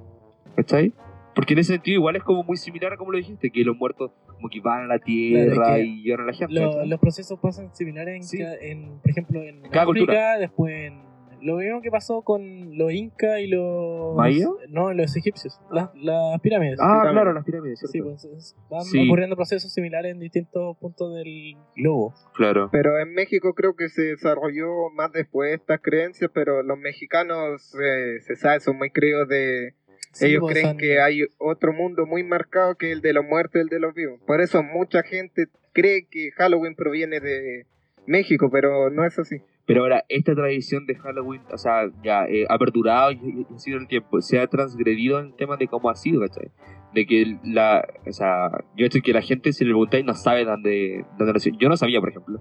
¿Cachai? Porque en ese sentido igual es como muy similar a como lo dijiste, que los muertos como que van a la tierra Claro, es que y lloran a la gente. Lo- ¿cachai? Ah, los procesos pasan similares en, Sí. ca- en, por ejemplo, en Cada África, cultura. después en... Lo mismo que pasó con los incas y los... ¿Maya? No, los egipcios, las, las pirámides. Ah, también. claro, las pirámides, ¿cierto? Sí, pues, es- van Sí. ocurriendo procesos similares en distintos puntos del globo. Claro. Pero en México creo que se desarrolló más después estas creencias, pero los mexicanos, eh, se sabe, son muy creídos de... Sí, ellos pues, creen son- que hay otro mundo muy marcado que el de los muertos y el de los vivos. Por eso mucha gente cree que Halloween proviene de México, pero no es así. Pero ahora, esta tradición de Halloween, o sea, ya eh, ha perdurado y, y- y ha sido el tiempo, se ha transgredido en temas de cómo ha sido, ¿cachai? De que la, o sea, yo sé que la gente se le pregunta y no sabe dónde, dónde nació. Yo no sabía, por ejemplo.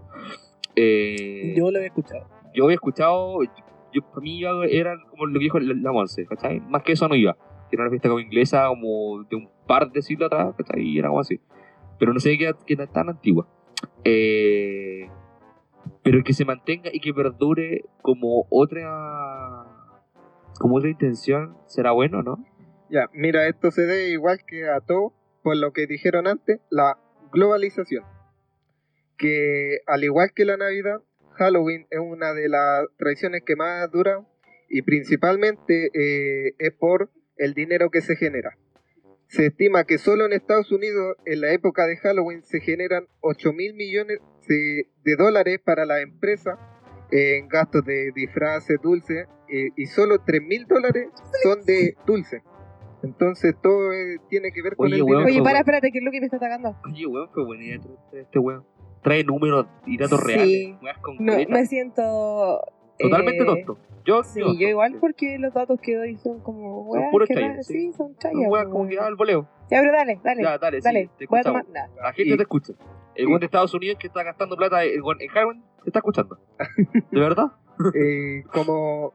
Eh, yo, Yo lo había escuchado. había escuchado, yo, para mí yo era como lo que dijo la, la Monse, ¿cachai? Más que eso no iba. Era una fiesta como inglesa, como de un par de siglos atrás, ¿cachai? Y era como así. Pero no sé qué qué tan- tan antigua. Eh, pero que se mantenga y que perdure como otra como otra intención será bueno, ¿no? Ya, mira, esto se debe igual que a todo, por lo que dijeron antes, la globalización. Que al igual que la Navidad, Halloween es una de las tradiciones que más dura y principalmente eh, es por el dinero que se genera. Se estima que solo en Estados Unidos, en la época de Halloween, se generan 8 mil millones de, de dólares para la empresa eh, en gastos de disfraces, dulces, eh, y solo 3 mil dólares son de dulces. Entonces todo eh, tiene que ver con Oye, el weón, dinero. Ojo, Oye, güey. para, espérate, que es lo que me está atacando. Oye, weón, qué buena idea trae este weón. Trae números y datos Sí. reales, weas No, concretas. me siento. eh, Totalmente tonto. Yo, Sí, tonto. yo igual porque los datos que doy son como. weas puros que chayas, na- sí. Sí, son Son chayas. weas po, como que weón. da el voleo. Ya, pero dale, dale. Ya, dale, dale, sí, te voy a escuchamos. tomar. nah. La gente Y- te escucha. El y- weón de Estados Unidos que está gastando plata el weón en Halloween te está escuchando. ¿De verdad? Eh, como,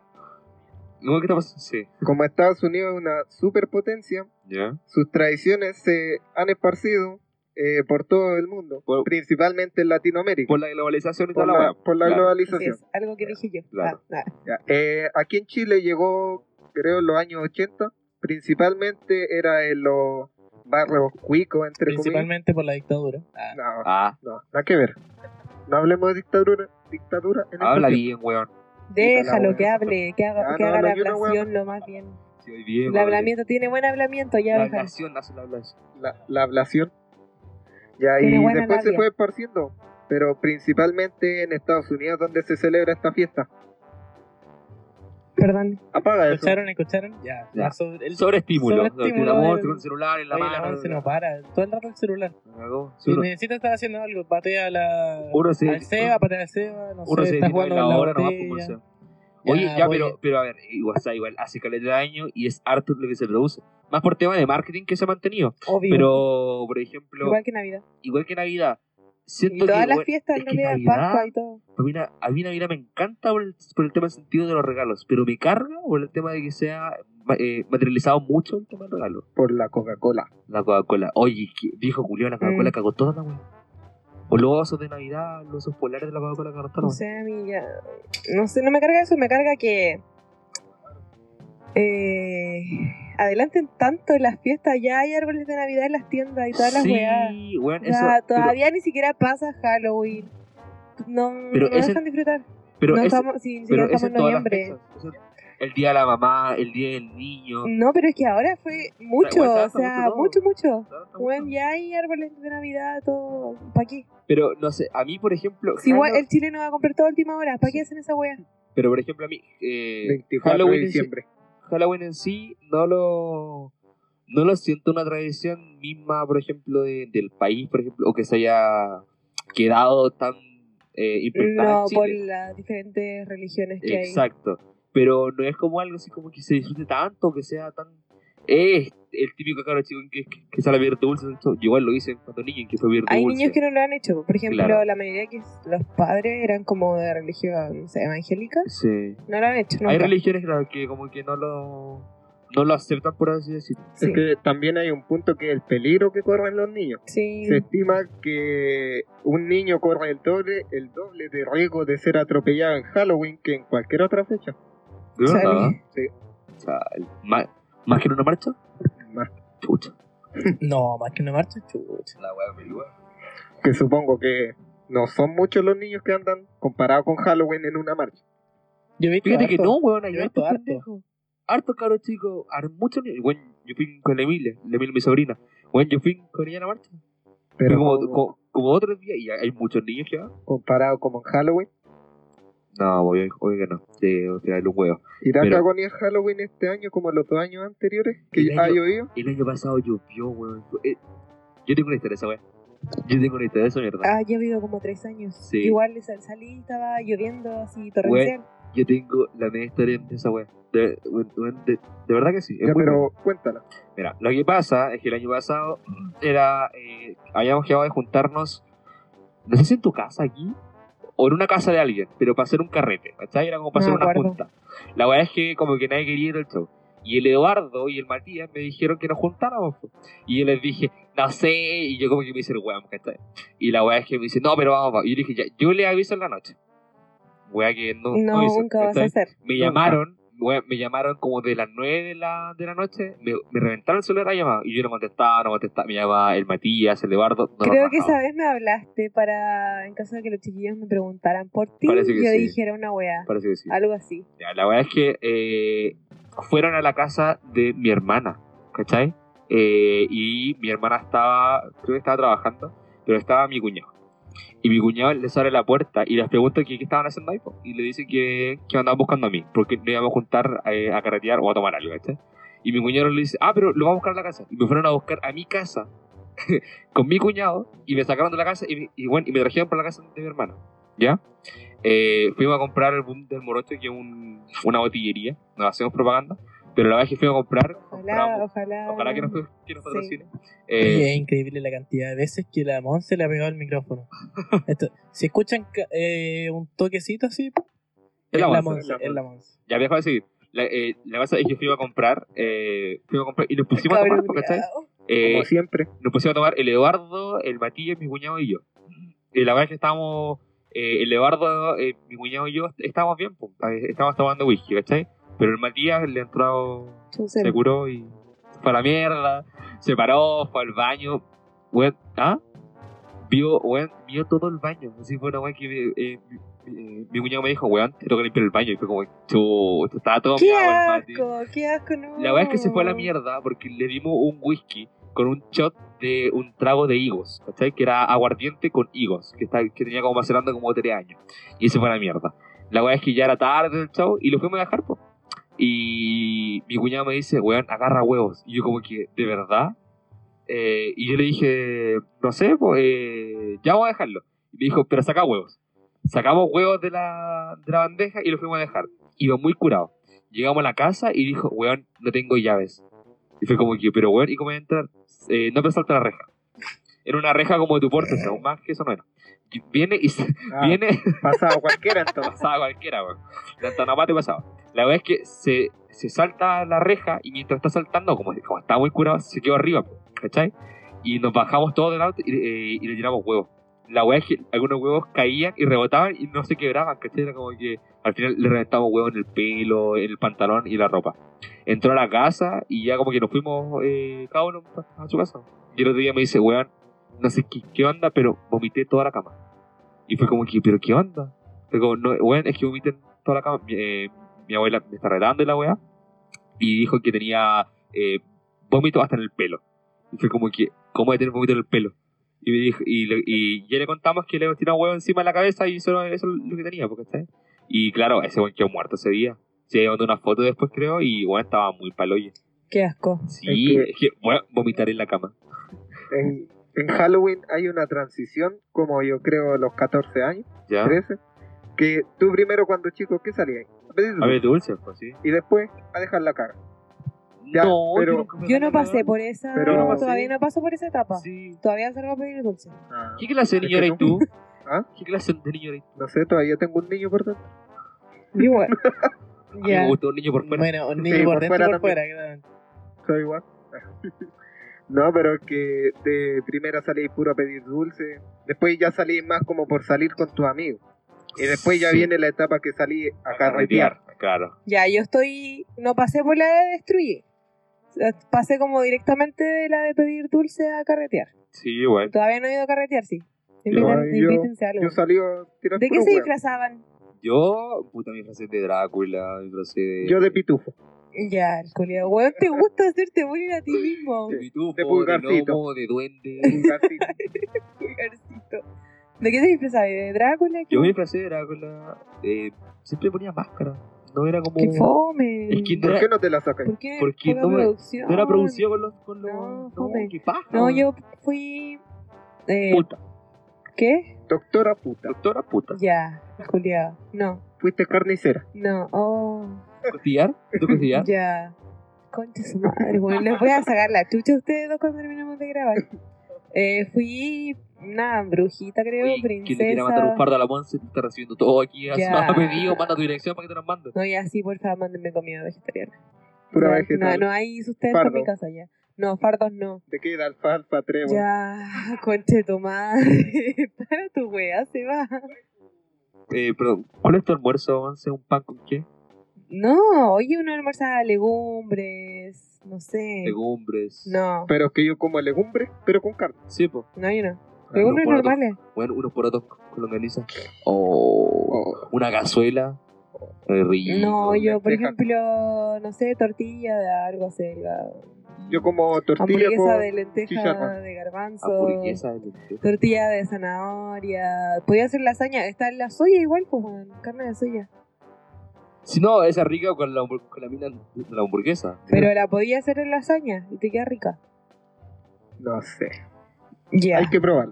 El weón que está pasando. Sí. como Estados Unidos es una superpotencia, Ya. sus tradiciones se han esparcido eh, por todo el mundo, Por- principalmente en Latinoamérica, Por la globalización y toda por la, la, wea. por la Claro. Así globalización. es, algo que dije yo. Claro. Ah, nah. Ya, eh, aquí en Chile llegó, creo, en los años 80, principalmente era en los barrios cuicos, entre comillas. Principalmente por la dictadura. Ah, No, Ah, no, nada que ver. No hablemos de dictadura, dictadura en este estos habla tiempos. bien, weón. Déjalo wea. que hable, que haga, Ah, Ya, que no haga la hablo yo, no, wea. ablación lo más bien. Sí, hoy bien, El weón. hablamiento, tiene buen hablamiento, ya La déjalo. nación hace la hablación. la, la ablación. Ya, y Tiene buena después se labia. fue esparciendo, pero principalmente en Estados Unidos donde se celebra esta fiesta. Perdón. Apaga eso. ¿Escucharon? ¿Escucharon? Ya. Ya. La sobre- el El sobreestímulo. Sobreestímulo La muerte del- con el celular en la Oye, la mano. mano se nos para. Todo el rato el celular. Me cagó. Sí, Si uno- necesita estar haciendo algo, patea la, Uno se- al Seba, patea al Seba, no uno sé, se está destina en jugando la en la hora nomás pues, como botella. sea. Oye, ya, voy. pero, pero a ver, igual, o sea, igual hace caleta de año y es harto lo que se produce. Más por tema de marketing que se ha mantenido. Obvio. Pero, por ejemplo, Igual que Navidad. igual que Navidad, Y siento que. todas las bueno, fiestas, es en que realidad, Navidad, Pascua y todo. a mí, na- a mí Navidad me encanta por el, por el tema del sentido de los regalos, pero me carga por el tema de que sea ma- eh, materializado mucho el tema del regalo. Por la Coca-Cola. La Coca-Cola. Oye, ¿qué dijo Julio, la Coca-Cola Mm. cagó toda la wea. O los osos de Navidad, los osos polares de la Coca-Cola cagaron toda No la wea. sé, a mí ya. No sé, no me carga eso, me carga que. Eh, adelanten tanto en las fiestas, ya hay árboles de Navidad en las tiendas y todas las sí, weas. weón, eso. Ya, pero- todavía ni siquiera pasa Halloween. No, Pero no ese- dejan disfrutar. Pero, no es, estamos, sí, ni siquiera pero es estamos en en todas las noviembre. fechas. Eso- el día de la mamá, el día del niño. No, pero es que ahora fue mucho, Igual se o adapta sea, mucho mucho, mucho. Claro, está Bueno, bueno. ya hay árboles de Navidad, todo. ¿Para qué? Pero no sé, a mí, por ejemplo, Si igual Halloween- el chileno va a comprar todo a última hora, ¿para qué hacen esa wea? pero por ejemplo a mí, eh, 24 Halloween, de en sí- diciembre. Halloween en sí no lo, no lo siento una tradición misma, por ejemplo, de- del país, por ejemplo, o que se haya quedado tan eh, implantada No, en Chile. por las diferentes religiones que hay. Exacto. Pero no es como algo así como que se disfrute tanto, que sea tan... Es el típico cabro chico que, que, que sale a pedir dulce. Yo igual lo hice cuando niño, que fue a pedir Hay dulce. niños que no lo han hecho. Por ejemplo, Claro. la mayoría que es- los padres eran como de religión no sé, evangélica. Sí. No lo han hecho. nunca. Hay religiones claro, que como que no lo, no lo aceptan, por así decirlo. Sí. Es que también hay un punto que es el peligro que corren los niños. Sí. Se estima que un niño corre el doble, el doble de riesgo de ser atropellado en Halloween que en cualquier otra fecha. ¿De Chale. verdad? Sí. O sea, el- más, más que en una marcha, Más chucha. pues. No, más que una marcha, chucha. La wea peligüe. Que supongo que no son muchos los niños que andan comparado con Halloween en una marcha. Yo he visto Fíjate que harto. no, weón, hay Yo he harto visto harto. pendejo. Harto cabro chico, har- muchos niños. Bueno, yo fui con la Emilia, la Emilia, mi sobrina. Bueno, yo fui con ella a la marcha. Fui Pero como, como- co- como otros días y hay muchos niños que van. comparado como en Halloween, No, obvio, obvio que no. Te tirarle un huevo. ¿irá Pero- a agonía Halloween este año como los dos años anteriores que El ha año- llovido? El año pasado llovió, weón. Eh, Yo tengo una historia de esa weá. Yo tengo una historia de esa mierda. Ah, ya ha habido como tres años. Sí. Igual sal- salí, estaba lloviendo así torrencial. Yo tengo la media historia de esa weá. De, weón, de- de verdad que sí. es Ya, muy pero cuéntala. buena. Mira, lo que pasa es que el año pasado era. eh, habíamos quedado de juntarnos. No sé si en tu casa aquí. O en una casa de alguien, pero para hacer un carrete, ¿cachai? Era como No para hacer me una acuerdo. junta. La weá es que como que nadie quería ir al show. Y el Eduardo y el Matías me dijeron que nos juntáramos. po. Y yo les dije, no sé. Y yo como que me hice el weón, ¿cachai? Y la weá es que me dice, no, pero vamos, vamos. Y yo le dije, ya, yo le aviso en la noche. Weá que no, no, hizo, nunca vas a ¿cachai? hacer. Me Nunca. llamaron, weá, me llamaron como de las 9 de la, de la noche. Me, me reventaron el celular a llamar. Y yo no contestaba, no contestaba. Me llamaba el Matías, el Eduardo. No Creo que sabes esa vez me hablaste para, en caso de que los chiquillos me preguntaran por ti, yo Parece que sí. dijera una weá, Parece que sí. algo así. Ya, la verdad es que eh, fueron a la casa de mi hermana, ¿cachai? Eh, y mi hermana estaba, creo que estaba trabajando, pero estaba mi cuñado. Y mi cuñado les abre la puerta y les pregunta que qué estaban haciendo ahí, po, y le dice que, que me andaban buscando a mí, porque nos íbamos a juntar eh, a carretear o a tomar algo, ¿cachai? Y mi cuñado le dice, ah, pero lo vamos a buscar a la casa. Y me fueron a buscar a mi casa con mi cuñado y me sacaron de la casa y, me- y bueno, y me trajeron para la casa de mi hermana, ¿ya? Eh, fuimos a comprar el boom del Morocho, que es un- una botillería, no hacemos propaganda, pero la verdad es que fuimos a comprar, Ojalá, compramos- ojalá. ojalá que nos, que nos Sí. patrocine. Oye, Eh, es increíble la cantidad de veces que la Monse le ha pegado el micrófono. Esto- si escuchan ca- eh, un toquecito así, Es la Monse, Monse, es la Monse. ya dejo de seguir. La, eh, la cosa es que fui a comprar, eh, fui a comprar y nos pusimos a Cabrón, tomar, ¿cachai? culiao. Eh, Como siempre, nos pusimos a tomar el Eduardo, el Matías, mi cuñado y yo. Y la verdad es que estábamos, eh, el Eduardo, eh, mi cuñado y yo, estábamos bien, pues, eh, estábamos tomando whisky, ¿cachai? Pero el Matías le ha entrado, Chusel. se curó y se fue a la mierda, se paró, fue al baño, weón, ¿ah? Vio, weón, vio todo el baño. Así fue una weón que eh, mi- eh, mi cuñado me dijo, weón, tengo que limpiar el baño. Y fue como, chuta, estaba todo ¡Qué meado el Mati. asco! ¡Qué asco! No. La verdad es que se fue a la mierda porque le dimos un whisky con un shot de un trago de higos, ¿cachai? Que era aguardiente con higos, que, está, que tenía como macerando como tres años. Y se fue a la mierda. La verdad es que ya era tarde el show y lo fuimos a dejar, po. Y mi cuñado me dice, weón, agarra huevos. Y yo como que, ¿de verdad? Eh, y yo le dije, no sé, pues, eh, ya voy a dejarlo. Y me dijo, pero saca huevos. Sacamos huevos de la, de la bandeja y los fuimos a dejar. Iba muy curado. Llegamos a la casa y dijo, weón, no tengo llaves. Y fue como que, pero weón, ¿y cómo voy a entrar? Eh, no me salta la reja. Era una reja como de tu puerta, o sea, más que eso no era. Y viene y se- Ah. viene, pasaba cualquiera entonces. pasaba cualquiera, weón. La antanapá te pasaba. La verdad es que se, se salta la reja y mientras está saltando, como, como estaba muy curado, se quedó arriba, po, ¿cachai? Y nos bajamos todos del auto y, eh, y le llenamos huevos. La weá es que algunos huevos caían y rebotaban y no se quebraban, ¿cachai? Era como que al final le reventamos huevos en el pelo, en el pantalón y la ropa. Entró a la casa y ya como que nos fuimos eh, cada uno pa- a su casa. Y el otro día me dice, weón, no sé qué, qué onda, pero vomité toda la cama. Y fue como que, pero qué onda. Fue como, no, weón, es que vomité en toda la cama. Mi- eh, mi abuela me está retando y la weá. Y dijo que tenía eh, vómito hasta en el pelo. Y fue como que, ¿cómo voy a tener vómito en el pelo? Y, me dijo, y, le- y ya le contamos que le tiró un huevo encima de la cabeza y solo eso es lo que tenía, porque está Y claro, ese weón quedó muerto ese día. Se mandó una foto después, creo, y bueno, estaba muy paloyo. Qué asco. Sí, Es que- es que voy a vomitar en la cama. En, en Halloween hay una transición, como yo creo los 14 años, ¿Ya? 13, que tú primero cuando chico, ¿qué salías? A pedir A dulce, ver, dulce, pues sí. y después a dejar la cara. Ya, pero- nunca me Yo no regalé pasé nada. por esa. Pero- no, todavía no paso por esa etapa. Sí. Todavía salgo a pedir dulce. Ah, ¿Qué clase de Es niño que eres tú? ¿Ah? ¿Qué clase de niño eres tú? No sé, todavía tengo un niño por dentro. Igual. A mí ya. me gustó un niño por fuera. Bueno, un Sí, niño por por dentro y fuera por fuera. claramente. Soy igual. No, pero es que de primera salí puro a pedir dulce, después ya salí más como por salir con tus amigos. Y después ya Sí. viene la etapa que salí a carretear. Carretear, claro. Ya, yo estoy. No pasé por la de destruir. Pasé como directamente de la de pedir dulce a carretear. Sí, bueno. Todavía no he ido a carretear, sí. Igual Inviten- yo- Invítense a algo. Yo salí a tirar ¿De qué puro se huevo. disfrazaban? Yo, puta, mi frase de Drácula, mi frase de... Yo de pitufo. Ya, el culiao. Weón, te gusta hacerte bullying a ti mismo. de pitufo, de de pulgarcito. gnomo, de duende. Pulgarcito. Pulgarcito. ¿De qué te disfrazabas? ¿De Drácula? Yo me disfrazé de Drácula, eh, siempre ponía máscara. No era como... ¡Qué fome! Es que no ¿Por era, qué no te la sacas? ¿Por qué? ¿Por qué Poca no me- producción. no era producido con los... Con los No, no, fome. qué paja. No, yo fui... Eh, Puta, ¿Qué? Doctora puta, doctora puta. Ya, culiao. No, fuiste carnicera. no, oh, ¿Costillar? ¿Tú costillar? ya. Concha su madre, weón. Les voy a sacar la chucha a ustedes dos cuando terminemos de grabar. Eh, fui una brujita, creo, Oye, Que princesa. te quiera mandar un pardo a la Monse, te está recibiendo todo aquí, haz Ya. nada pedido, manda tu dirección para que te las mande. No, ya sí, por favor, mándenme comida vegetariana. Pura no, vegetal. No, no hay sustento en Fardo. mi casa ya. No, fardos no. Te queda alfalfa, trébol. Ya, conche tu madre. Para tu weá, se va. Eh, pero, ¿cuál es tu almuerzo, Monse? ¿Un pan con qué? No, oye, uno almuerza legumbres, no sé. Legumbres. Eh, No, Pero es que yo como legumbre, pero con carne. Sí, po. no hay uno. Unos Legumbres porotos- normales. Bueno, unos porotos con longaniza. O Oh, una cazuela. Eh, rico. No, yo, por lentejas. ejemplo, no sé, tortilla de algo, acelga. Yo como tortilla Hamburguesa con... de lenteja, chicharrón. de garbanzo. Hamburguesa de lenteja. Tortilla de zanahoria. Podía hacer lasaña. Está en la soya igual, como carne de soya. Si no, esa rica con la, hambur- con la mina de la hamburguesa. Pero la podía hacer en lasaña y te queda rica. No sé. Ya. Hay que probar.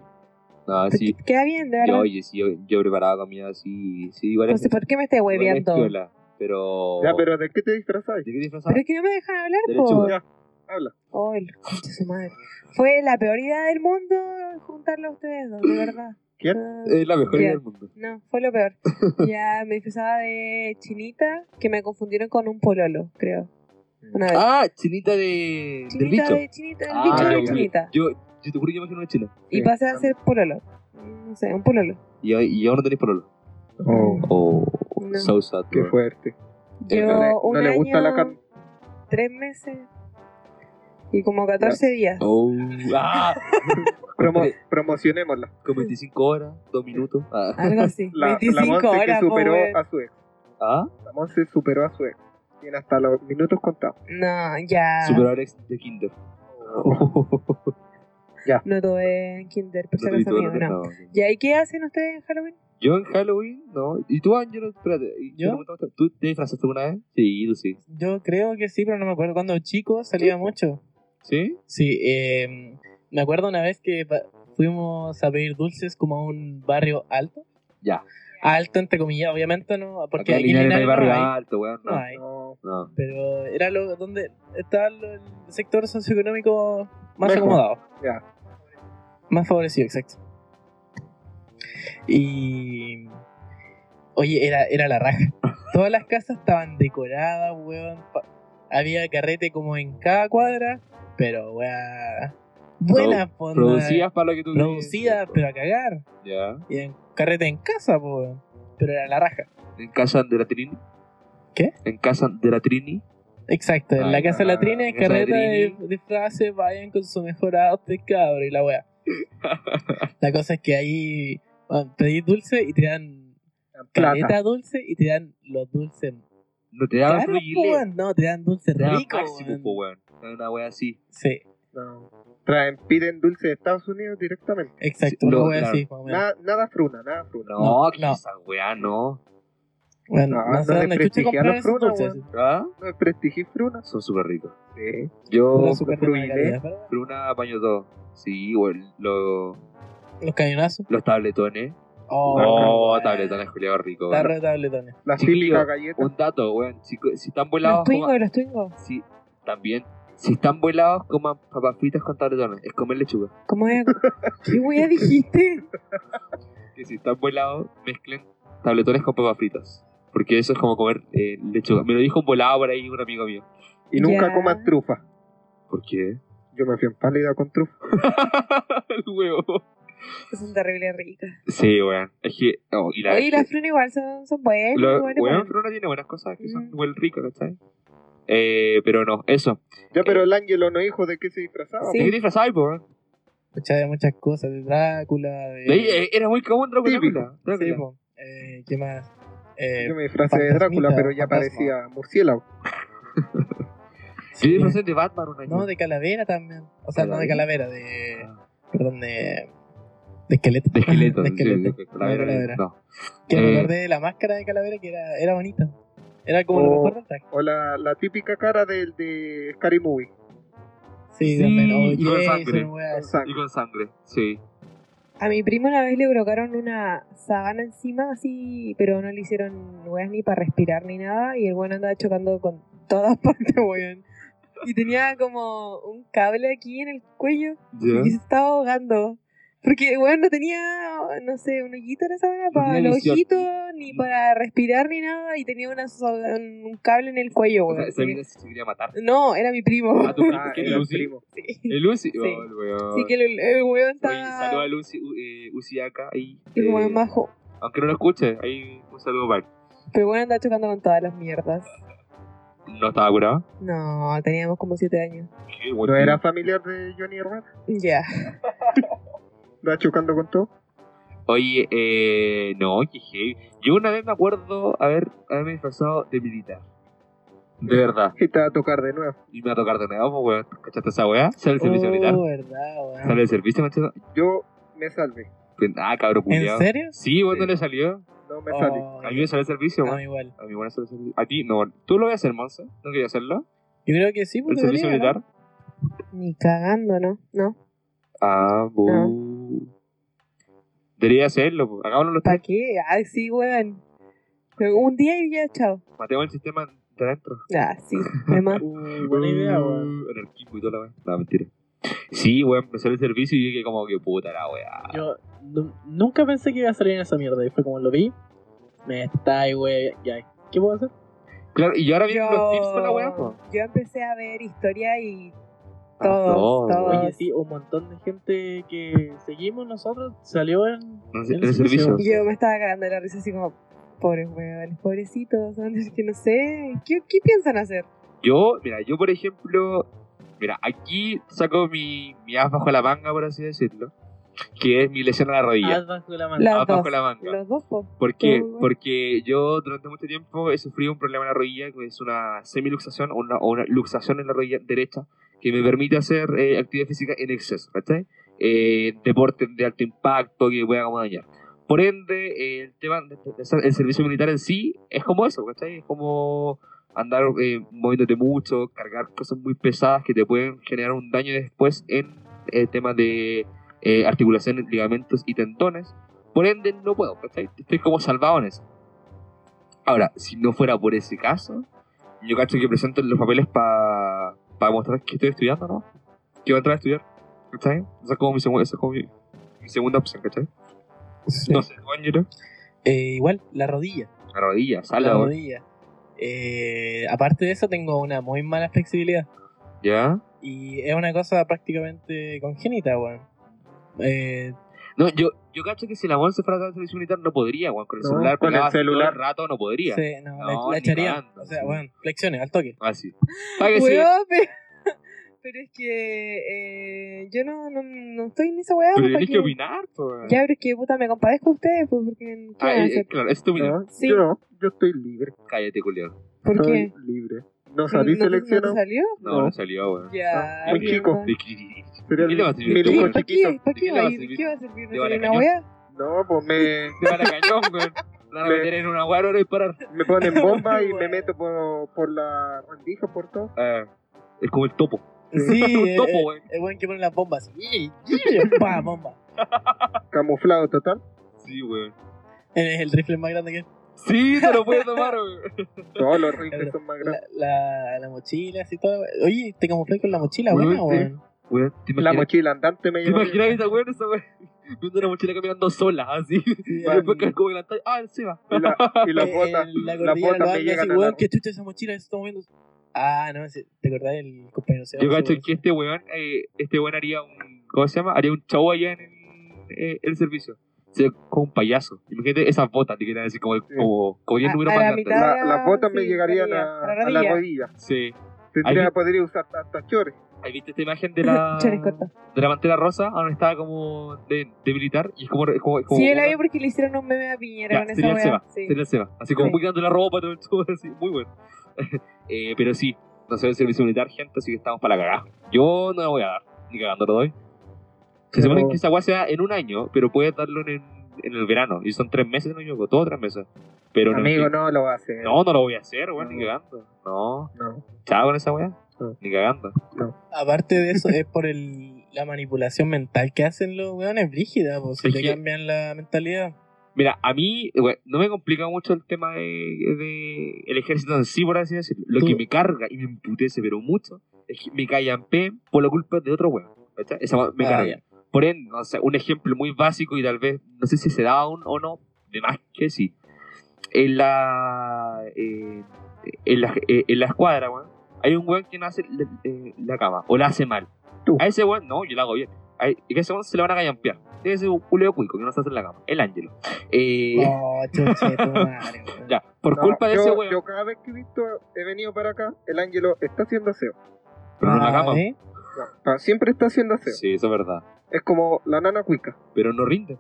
No, sí. Queda bien, de Yo, verdad. Pues oye, sí, yo, yo preparaba comida así. Sí, igual es. Entonces, ¿por qué me estás igual es hueveando? piola, pero. Ya, pero ¿de qué te disfrazáis? ¿De qué disfrazaba? Pero es que no me dejan hablar, De po. lechuga. Ya, habla. Oh, el concha de su madre. Fue la peor idea del mundo juntarlo a ustedes dos, de verdad. ¿Quién? Eh. Ah, Es la mejor Ya. idea del mundo. No, fue lo peor. Ya me disfrazaba de chinita, que me confundieron con un pololo, creo. Una vez. Ah, chinita de. del chinita bicho. de chinita, el Ah, bicho ya, de ya. chinita. Yo, yo te juro que imagino una china. Y pasé a ser pololo. No sé, un pololo. Y, ahora- y ahora no tenéis pololo. Oh, Oh, No. so sad, qué bro. fuerte. Yo no le, un no le gusta año, la carne. tres meses y como 14 días. Oh, ah, Promo- Eh. promocionémosla. con 25 horas, 2 minutos. Ah, Algo así. La, la 25 Monse horas, que po, superó weón. a su ex. ah La Monse superó a su ex. Tiene hasta los minutos contados. No, ya. superar ex de Kinder. No tuve kinder, pues, por si No acaso tuviste mío, bueno, Oh. no. no. Ya, ¿y qué hacen ustedes en Halloween? Yo en Halloween, no. ¿Y tú, Ángelo? Espérate. ¿y ¿Yo? tú no- ¿Tú te disfrazaste alguna vez? Sí, tú sí. Yo creo que sí, pero no me acuerdo. Cuando chico salía mucho. ¿Sí? Sí, eh, me acuerdo una vez que pa- fuimos a pedir dulces como a un barrio alto. Ya. Alto, entre comillas, obviamente, ¿no? Porque Acá aquí en en Linares el no barrio hay, alto, weón. no hay. No, no. Pero era lo donde estaba lo- el sector socioeconómico más Mejor. acomodado. ya. Más favorecido, exacto. Y. Oye, era, era la raja. Todas las casas estaban decoradas, weón. Pa- Había carrete como en cada cuadra, pero weón. Buenas, po, onda. Producías para lo que tú querías. Producidas, pero a cagar. Ya. Y en carrete en casa, po, weón. Pero era la raja. En casa de la Trini. ¿Qué? En casa de la Trini. Exacto, en la Ah, casa de en la trina, casa de carrete de Trini. disfraces, vayan con su mejor outfit, cabrón, y la weá. la cosa es que ahí bueno, pedís dulce y te dan Plata. caleta dulce y te dan los dulces No te daban Claro, Fruit po, Loops, weón, no, te dan dulce te daban rico. Maximo, Ah, po, weón. weón. Era Una wea así. Sí, No. Traen, piden dulce de Estados Unidos directamente. exacto. Sí, una lo- wea así, más o menos. Nada, nada fruna, nada fruna. No, No, que no. esa wea no. Bueno, No, no, sé no dónde chucha desprestigiar comprar los esos frutos, dulces. weón. ¿Ah? No desprestigís fruna. Son súper ricos. Sí. Yo Una super compré un buena Inés. calidad, ¿verdad? Fruna apaño todo. Sí, weón. Lo, Los cañonazos. los tabletones. Oh, Oh, weón. tabletones, culiados ricos. Está weón. re tabletones. Las Chiquillo, típicas galletas. Un dato, weón. Si, si están Los volados, twingos, coman. los twingos. Sí, también. Si están volados, coman papas fritas con tabletones. Es comer lechuga. ¿Cómo es? ¿Qué wea dijiste? que si están volados, mezclen tabletones con papas fritas. Porque eso es como comer eh, lechuga. Me lo dijo un volado por ahí un amigo mío. Y nunca Ya. comas trufa. ¿Por qué? Yo me fui en pálida con trufa. El huevo. Son terribles ricas. Sí, weón. Es que. oh, y la, Oye, las frutas igual son, son buenas. la- igual, weón, igual. pero uno tiene buenas cosas que son Mm. igual ricas, ¿cachai? Eh, pero no, eso. Ya, pero el Ángelo no dijo de qué se disfrazaba. Sí. ¿De qué te disfrazabas, po, weón? Escuchaba de muchas cosas, de Drácula, de... Ahí, eh, Era muy común Drácula. Típico. Drácula. Sí, po. Eh, ¿Qué más? Eh, Yo me disfrazé de Drácula, fantasmita, pero ya fantasma. parecía murciélago. Yo sí. disfrazé de Batman una No, de calavera también. O sea, no de calavera, de... Ah. Perdón, de... De esqueleto. De esqueleto. de sí, esqueleto. de calavera, No, calavera. No. Que Eh. me acordé de la máscara de calavera que era, era bonita. Era como lo Oh. mejor del traje. O la, la típica cara del de Scary Movie. Sí, Sí, también. Oh, y con Jason, sangre. wea, con sí. Y sangre. con sangre, sí. A mi primo una vez le colocaron una sábana encima, así, pero no le hicieron weas ni para respirar ni nada. Y el bueno andaba chocando con todas partes, weón. Y tenía como un cable aquí en el cuello Ya. y se estaba ahogando. Porque, weón, no tenía, no sé, un hoyito en la sábana para tenía los visión. ojitos, ni para respirar ni nada. Y tenía una, so- un cable en el cuello, O weón. sea, ese mina se quería matar. No, era mi primo. A tu primo, Ah, ¿qué? era el Lucy. primo. ¿El Lucy? Sí. Oh, el weón. Así que el, el weón Oye, saluda estaba. a Lucy, U- eh, Uzi acá. ahí, El eh, weón majo. aunque no lo escuche, ahí un saludo para él. Pero bueno, andaba chocando con todas las mierdas. No estaba curado. No, teníamos como siete años. Qué buen No tío. era familiar de Johnny Herrera. Ya. Va chocando con todo. Oye, eh, no, que heavy. Yo una vez me acuerdo haber, haberme disfrazado de militar. De verdad. Y te va a tocar de nuevo. Y me va a tocar de nuevo, pues, weón. ¿Cachaste esa weá? Sale el servicio Oh, militar. verdad, weón. Sale el servicio, machado. Yo me salvé. Ah, cabrón, ¿En culiado. serio? Sí, vos no Sí. le salió. No me salí. Oh, A mí me salió el servicio, a weón. mí igual. A mí bueno, solo servicio- A ti, no. ¿Tú lo voy a hacer, Monza? ¿No quería hacerlo? Yo creo que sí, ¿El porque servicio militar? Ni cagando, ¿no? No. Ah, bu. Debería hacerlo, po. hagámoslo los ¿Para tres. qué? Ay, sí, weón. Pero Un día y ya, chao. Matemos el sistema de adentro. Ah, sí. Además, Uh, buena idea, weón. En el quinto y toda la weá. No, mentira. Sí, weón, empezó el servicio y dije como que puta la weá. Yo nu- nunca pensé que iba a salir en esa mierda. Y fue como lo vi. Me está ahí, wey. Ya, ¿qué puedo hacer? Claro, y yo ahora vienen los tips con la weá, yo, po. yo empecé a ver historia y Ah, todos, no, todos. Oye, sí, un montón de gente que seguimos nosotros salió en, No sé, en el servicio. Yo me estaba cagando de la risa así como, pobres weones, pobrecitos, son los que no sé, ¿qué, qué piensan hacer? Yo, mira, yo por ejemplo, mira, aquí saco mi, mi as bajo la manga, por así decirlo, que es mi lesión a la rodilla. Haz Ah, bajo la mano. Las As dos, bajo la manga. los dos, po. ¿Por qué? Todo igual. Porque yo durante mucho tiempo he sufrido un problema en la rodilla, que es una semiluxación o una, o una luxación en la rodilla derecha, que me permite hacer eh, actividad física en exceso, ¿cachai? Eh, deportes de alto impacto que pueda como dañar. Por ende, eh, el tema del servicio militar en sí es como eso, ¿cachai? Es como andar eh, moviéndote mucho, cargar cosas muy pesadas que te pueden generar un daño después en el tema de eh, articulaciones, ligamentos y tendones. Por ende, no puedo, ¿cachai? Estoy como salvado en eso. Ahora, si no fuera por ese caso, yo cacho que presento los papeles para mostrar que estoy estudiando, ¿no? Que voy a entrar a estudiar, ¿cachai? Esa es como mi, segu- esa es como mi, mi segunda opción, ¿cachai? No sé, ¿tú, Ángelo? Eh, igual, la rodilla. Ah, La rodilla, la sala, weón. rodilla. Eh, aparte de eso, tengo una muy mala flexibilidad. ¿ya? Y es una cosa prácticamente congénita, weón. Eh, No, yo, yo cacho que si la bolsa fuera de servicio militar no podría, weón. Con el No, celular, con el pegado así celular. todo el rato no podría. sí, no, la- No, ni la echaría. cagando, O sea, sí. weón, flexiones, al toque. Así. Para que sí. Weón, pero, pero es que eh, yo no, no, no estoy en esa weá. Pero pues, ¿pa' tenés que qué? opinar, po, weón. Ya, pero es que puta, me compadezco a ustedes, pues, porque ¿qué Ah, van a eh, hacer? claro, es tu opinión. No, Sí. Yo no, yo estoy libre. Cállate, culión. ¿Por Soy qué? libre. No ¿No, salí no te- no te seleccionado. salió? No, no salió, weón. Ya. Ah, muy qué chico. onda. ¿De qué- Sería ¿De qué le va a mi servir? ¿Para tú, qué? hijo weón? ¿Para qué? ¿Para ¿De chiquito. qué qué va le va a a ir? servir? ¿Qué va a servir? ¿Le ¿No va a la sería una cañón? wea? No, pues me, Te van a cañón, weón. Te van a Me- meter en una weá, no y parar. me ponen bomba y me Bueno. meto por, por la rendija, por todo. Eh, es como el topo. Sí, Un topo, eh, weón. el weón que pone las bombas. eh. Y, pa, bomba. Camuflado total. Sí, weón. Él Es Eh, el rifle más grande que Sí, te lo puedes tomar, weón. Todos los rifles son más la, grandes. la, la mochila, así todo. Oye, te camuflé con la mochila, Weón, buena, sí. weón. Weón, ¿te La imaginas? mochila andante me ¿Te llevó. imaginas esa weón? Esa weón. Viendo una mochila caminando sola, así. Sí, Y después en- cae como en la talla. Ah, él se va. Y, la, y las eh, botas, en la las cordillera botas lo me hablan llegan así, a la... weón, que chucha esa mochila se está moviendo. Ah, no, ese- ¿te acordás del compañero Seba? Yo cacho Seba, que este weón, eh, este weón haría un, ¿cómo se llama? Haría un show allá en el, eh, el servicio. Se, con un payaso. Imagínate esas botas, te quedan así como, como, como diez A- números a más la grandes. mitad. la- las botas me Sí, llegarían rodilla, a, a la a la rodilla. rodilla. Sí. Tendría Ahí- que poder usar hasta chores. ¿Has visto esta imagen de la, Chores cortos. de la pantera rosa? Donde estaba como de, de militar. Y es como, es como, es como Sí, él una- había porque le hicieron un meme a Piñera Ya, con sería esa el Seba, wea. Sí. sería el Seba. Así como Sí. muy grande la ropa, todo el show, así, muy bueno. eh, pero sí, no sé el servicio militar, gente, así que estamos para la cagada. Yo no la voy a dar, ni cagando lo doy. Se Pero- supone que esa weá sea en un año, pero puedes darlo en, en el verano. Y son tres meses, no yo, digo, todo tres meses. Pero no, Amigo, no lo va a hacer. no, no lo voy a hacer, weón, ni No. cagando. No, No. chao con esa weá. No. Ni cagando. Aparte de eso, es por el, la manipulación mental que hacen los weones brígida, pues si Es te que- cambian la mentalidad. Mira, a mí güey, no me complica mucho el tema de, de el ejército en sí, por así decirlo. Lo Tú- que me carga y me emputece, pero mucho, es que me callan pe por la culpa de otro weón. ¿cachai? Esa weá me Ah, carga. ya. Por ende, o sea, un ejemplo muy básico y tal vez, no sé si se da aún o no, de más que sí. En la, eh, en la, eh, en la escuadra, weón, hay un weón que no hace la, eh, la cama o la hace mal. Tú. A ese weón, no, yo la hago bien. A, y que a ese weón se le van a callampear. Debe ser un culeo cuico que no se hace la cama. El ángelo. Eh, Oh, chuche, tu madre, weón. ya, por No, culpa de yo, ese weón. Yo cada vez que he visto, he venido para acá, el ángelo está haciendo aseo. pero no en la Ah, cama. ¿eh? No, no, siempre está haciendo aseo. Sí, eso es verdad. Es como la nana cuica. Pero no rinde.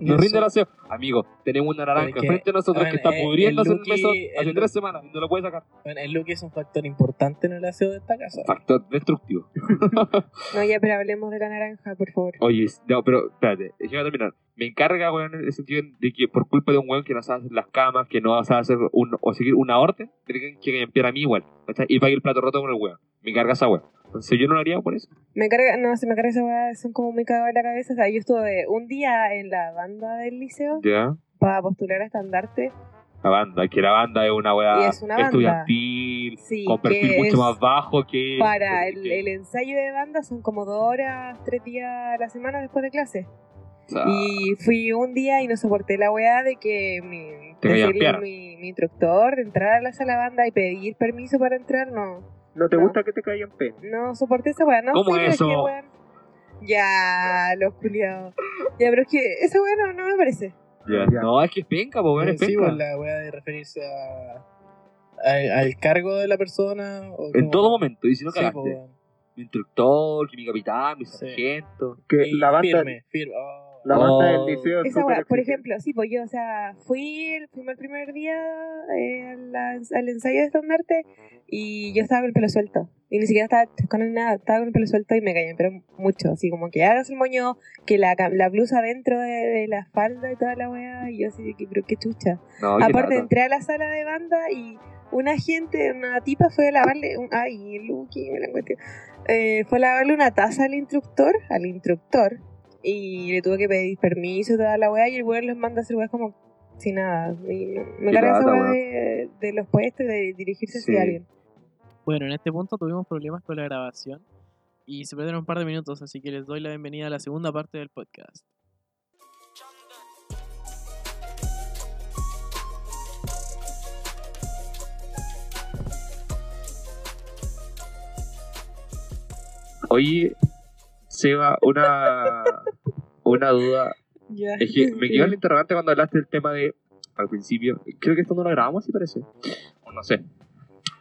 Y No eso- rinde el aseo. Amigo, tenemos una naranja Porque, frente a nosotros bueno, que está eh, pudriéndose el en el mesón Lucky- hace el- tres semanas y no lo puede sacar. Bueno, el look es un factor importante en el aseo de esta casa. Factor destructivo. No, ya, pero hablemos de la naranja, por favor. Oye, no, pero espérate, déjame terminar. Me encarga, weón, en el sentido de que por culpa de un weón que no sabe hacer las camas, que no sabe hacer un, o seguir una orden, tienen que limpiar a mí igual. ¿cachai? Y pague el plato roto con el weón. Me encarga esa weón. Entonces yo no lo haría por eso. Me carga, no, se me carga esa weá, son como muy cagadas en la cabeza. O sea, yo estuve un día en la banda del liceo Ya. para postular a estandarte. La banda, que la banda es una weá Y es una banda. estudiantil, Sí, con perfil que mucho es más bajo que. para el, que- el ensayo de banda son como dos horas, tres días a la semana después de clase. o sea, Y fui un día y no soporté la weá de que mi, Te decirle gallampearan. mi, mi instructor de entrar a la sala banda y pedir permiso para entrar, no. ¿No te No. gusta que te caigan pe? No soporté esa weá, no ¿Cómo sé, pero es eso? que weón. Ya, los culiados. Ya, pero es que esa weá no, no me parece. ya. Ya. No, es que es penca, po, weón, es Sí, penca. pues la weá de referirse a, al- al cargo de la persona. o En como- todo momento, y si no Sí, cagaste. pues, weón. mi instructor, que mi capitán, mi Sí. sargento. Que Y la banda, Firme, firme. oh. la banda Oh. del liceo es Esa súper weá, por exigente. ejemplo, sí, pues yo, o sea, fui el primer, primer día eh, a la- al ensayo de estandarte y yo estaba con el pelo suelto. Y ni siquiera estaba con nada, estaba con el pelo suelto y me caían, pero mucho. Así como que hagas el moño, que la, cam- la blusa dentro de, de la falda y toda la weá. Y yo así, de que, pero qué chucha. No, qué Aparte, lata. entré a la sala de banda y una gente, una tipa fue a lavarle. un- ay, Luqui, me la encuentro. Eh, fue a lavarle una taza al instructor, al instructor, y le tuve que pedir permiso y toda la weá, y el weón los manda a hacer weas como sin nada. Y me- me Qué carga esa lata, weá weón. de, de los puestos y de dirigirse Sí. hacia alguien. Bueno, en este punto tuvimos problemas con la grabación y se perdieron un par de minutos, así que les doy la bienvenida a la segunda parte del podcast. Oye, Seba, una, una duda. Ya. Es que me quedó el interrogante cuando hablaste del tema de, al principio, creo que esto no lo grabamos, si parece. O no sé.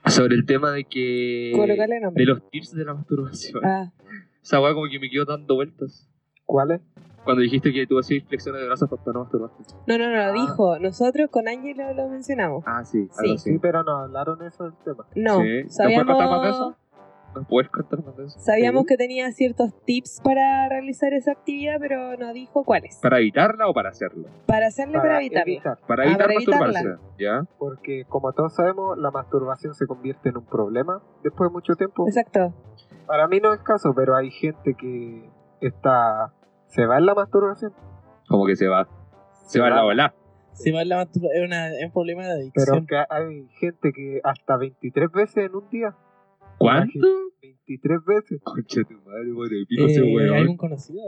Sobre el tema de que... Colocarle nombre. De los tips de la masturbación. Ah, Esa weá como que me quedó dando vueltas. ¿Cuál es? Cuando dijiste que tú hacías flexiones de brazos para no masturbarte. No, no, no, lo Ah. dijo. Nosotros con Ángelo lo mencionamos. Ah, sí, Sí. algo Sí, así. pero no hablaron eso del tema. No, Sí. ¿Nos puedes contar más sabíamos, de eso? ¿Nos puedes contar más de eso? sabíamos Sí. que tenía ciertos tips para realizar esa actividad, pero no dijo cuáles. ¿Para evitarla o para hacerlo? Para hacerle para, evitarla. evitar, Para Ah, evitar para evitarla. masturbarse. ¿Ya? porque como todos sabemos, la masturbación se convierte en un problema después de mucho tiempo. Exacto. Para mí no es caso, pero hay gente que está se va en la masturbación. Como que se va. Se va a la ola. Se va la mastur- es, una- es un problema de Pero adicción. que hay gente que hasta 23 veces en un día. ¿Cuánto? 23 veces. Concha tu madre, pobre pico ese Eh, pues, weón. ¿Algún conocido?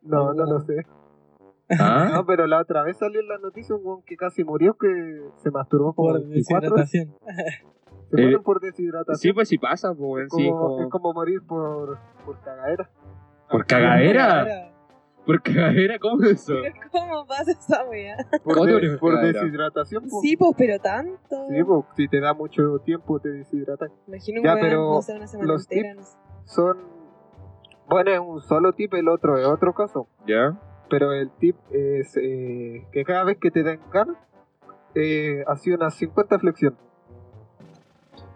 No, no lo sé. ¿Ah? No, pero la otra vez salió en la noticia un weón que casi murió que se masturbó como Por 24 horas. deshidratación. Se mueren Eh, por deshidratación. Sí, pues sí pasa, po, weón. es, Sí, como, como... es como morir por, por cagadera. ¿Por cagadera? Cagadera. ¿Por cagadera? ¿Cómo es eso? ¿Cómo pasa esa weá? ¿Cómo Por, te de- murió por por cagadera? deshidratación. po. Sí, pues, pero tanto. Sí, po, si te da mucho tiempo te deshidratas. Imagino un Ya, weón, pero no sé, una semana los entera. no sé. Son... Bueno, es un solo tip, el otro es otro caso. ¿Ya? Pero el tip es eh, que cada vez que te den ganas, eh, así unas 50 flexiones.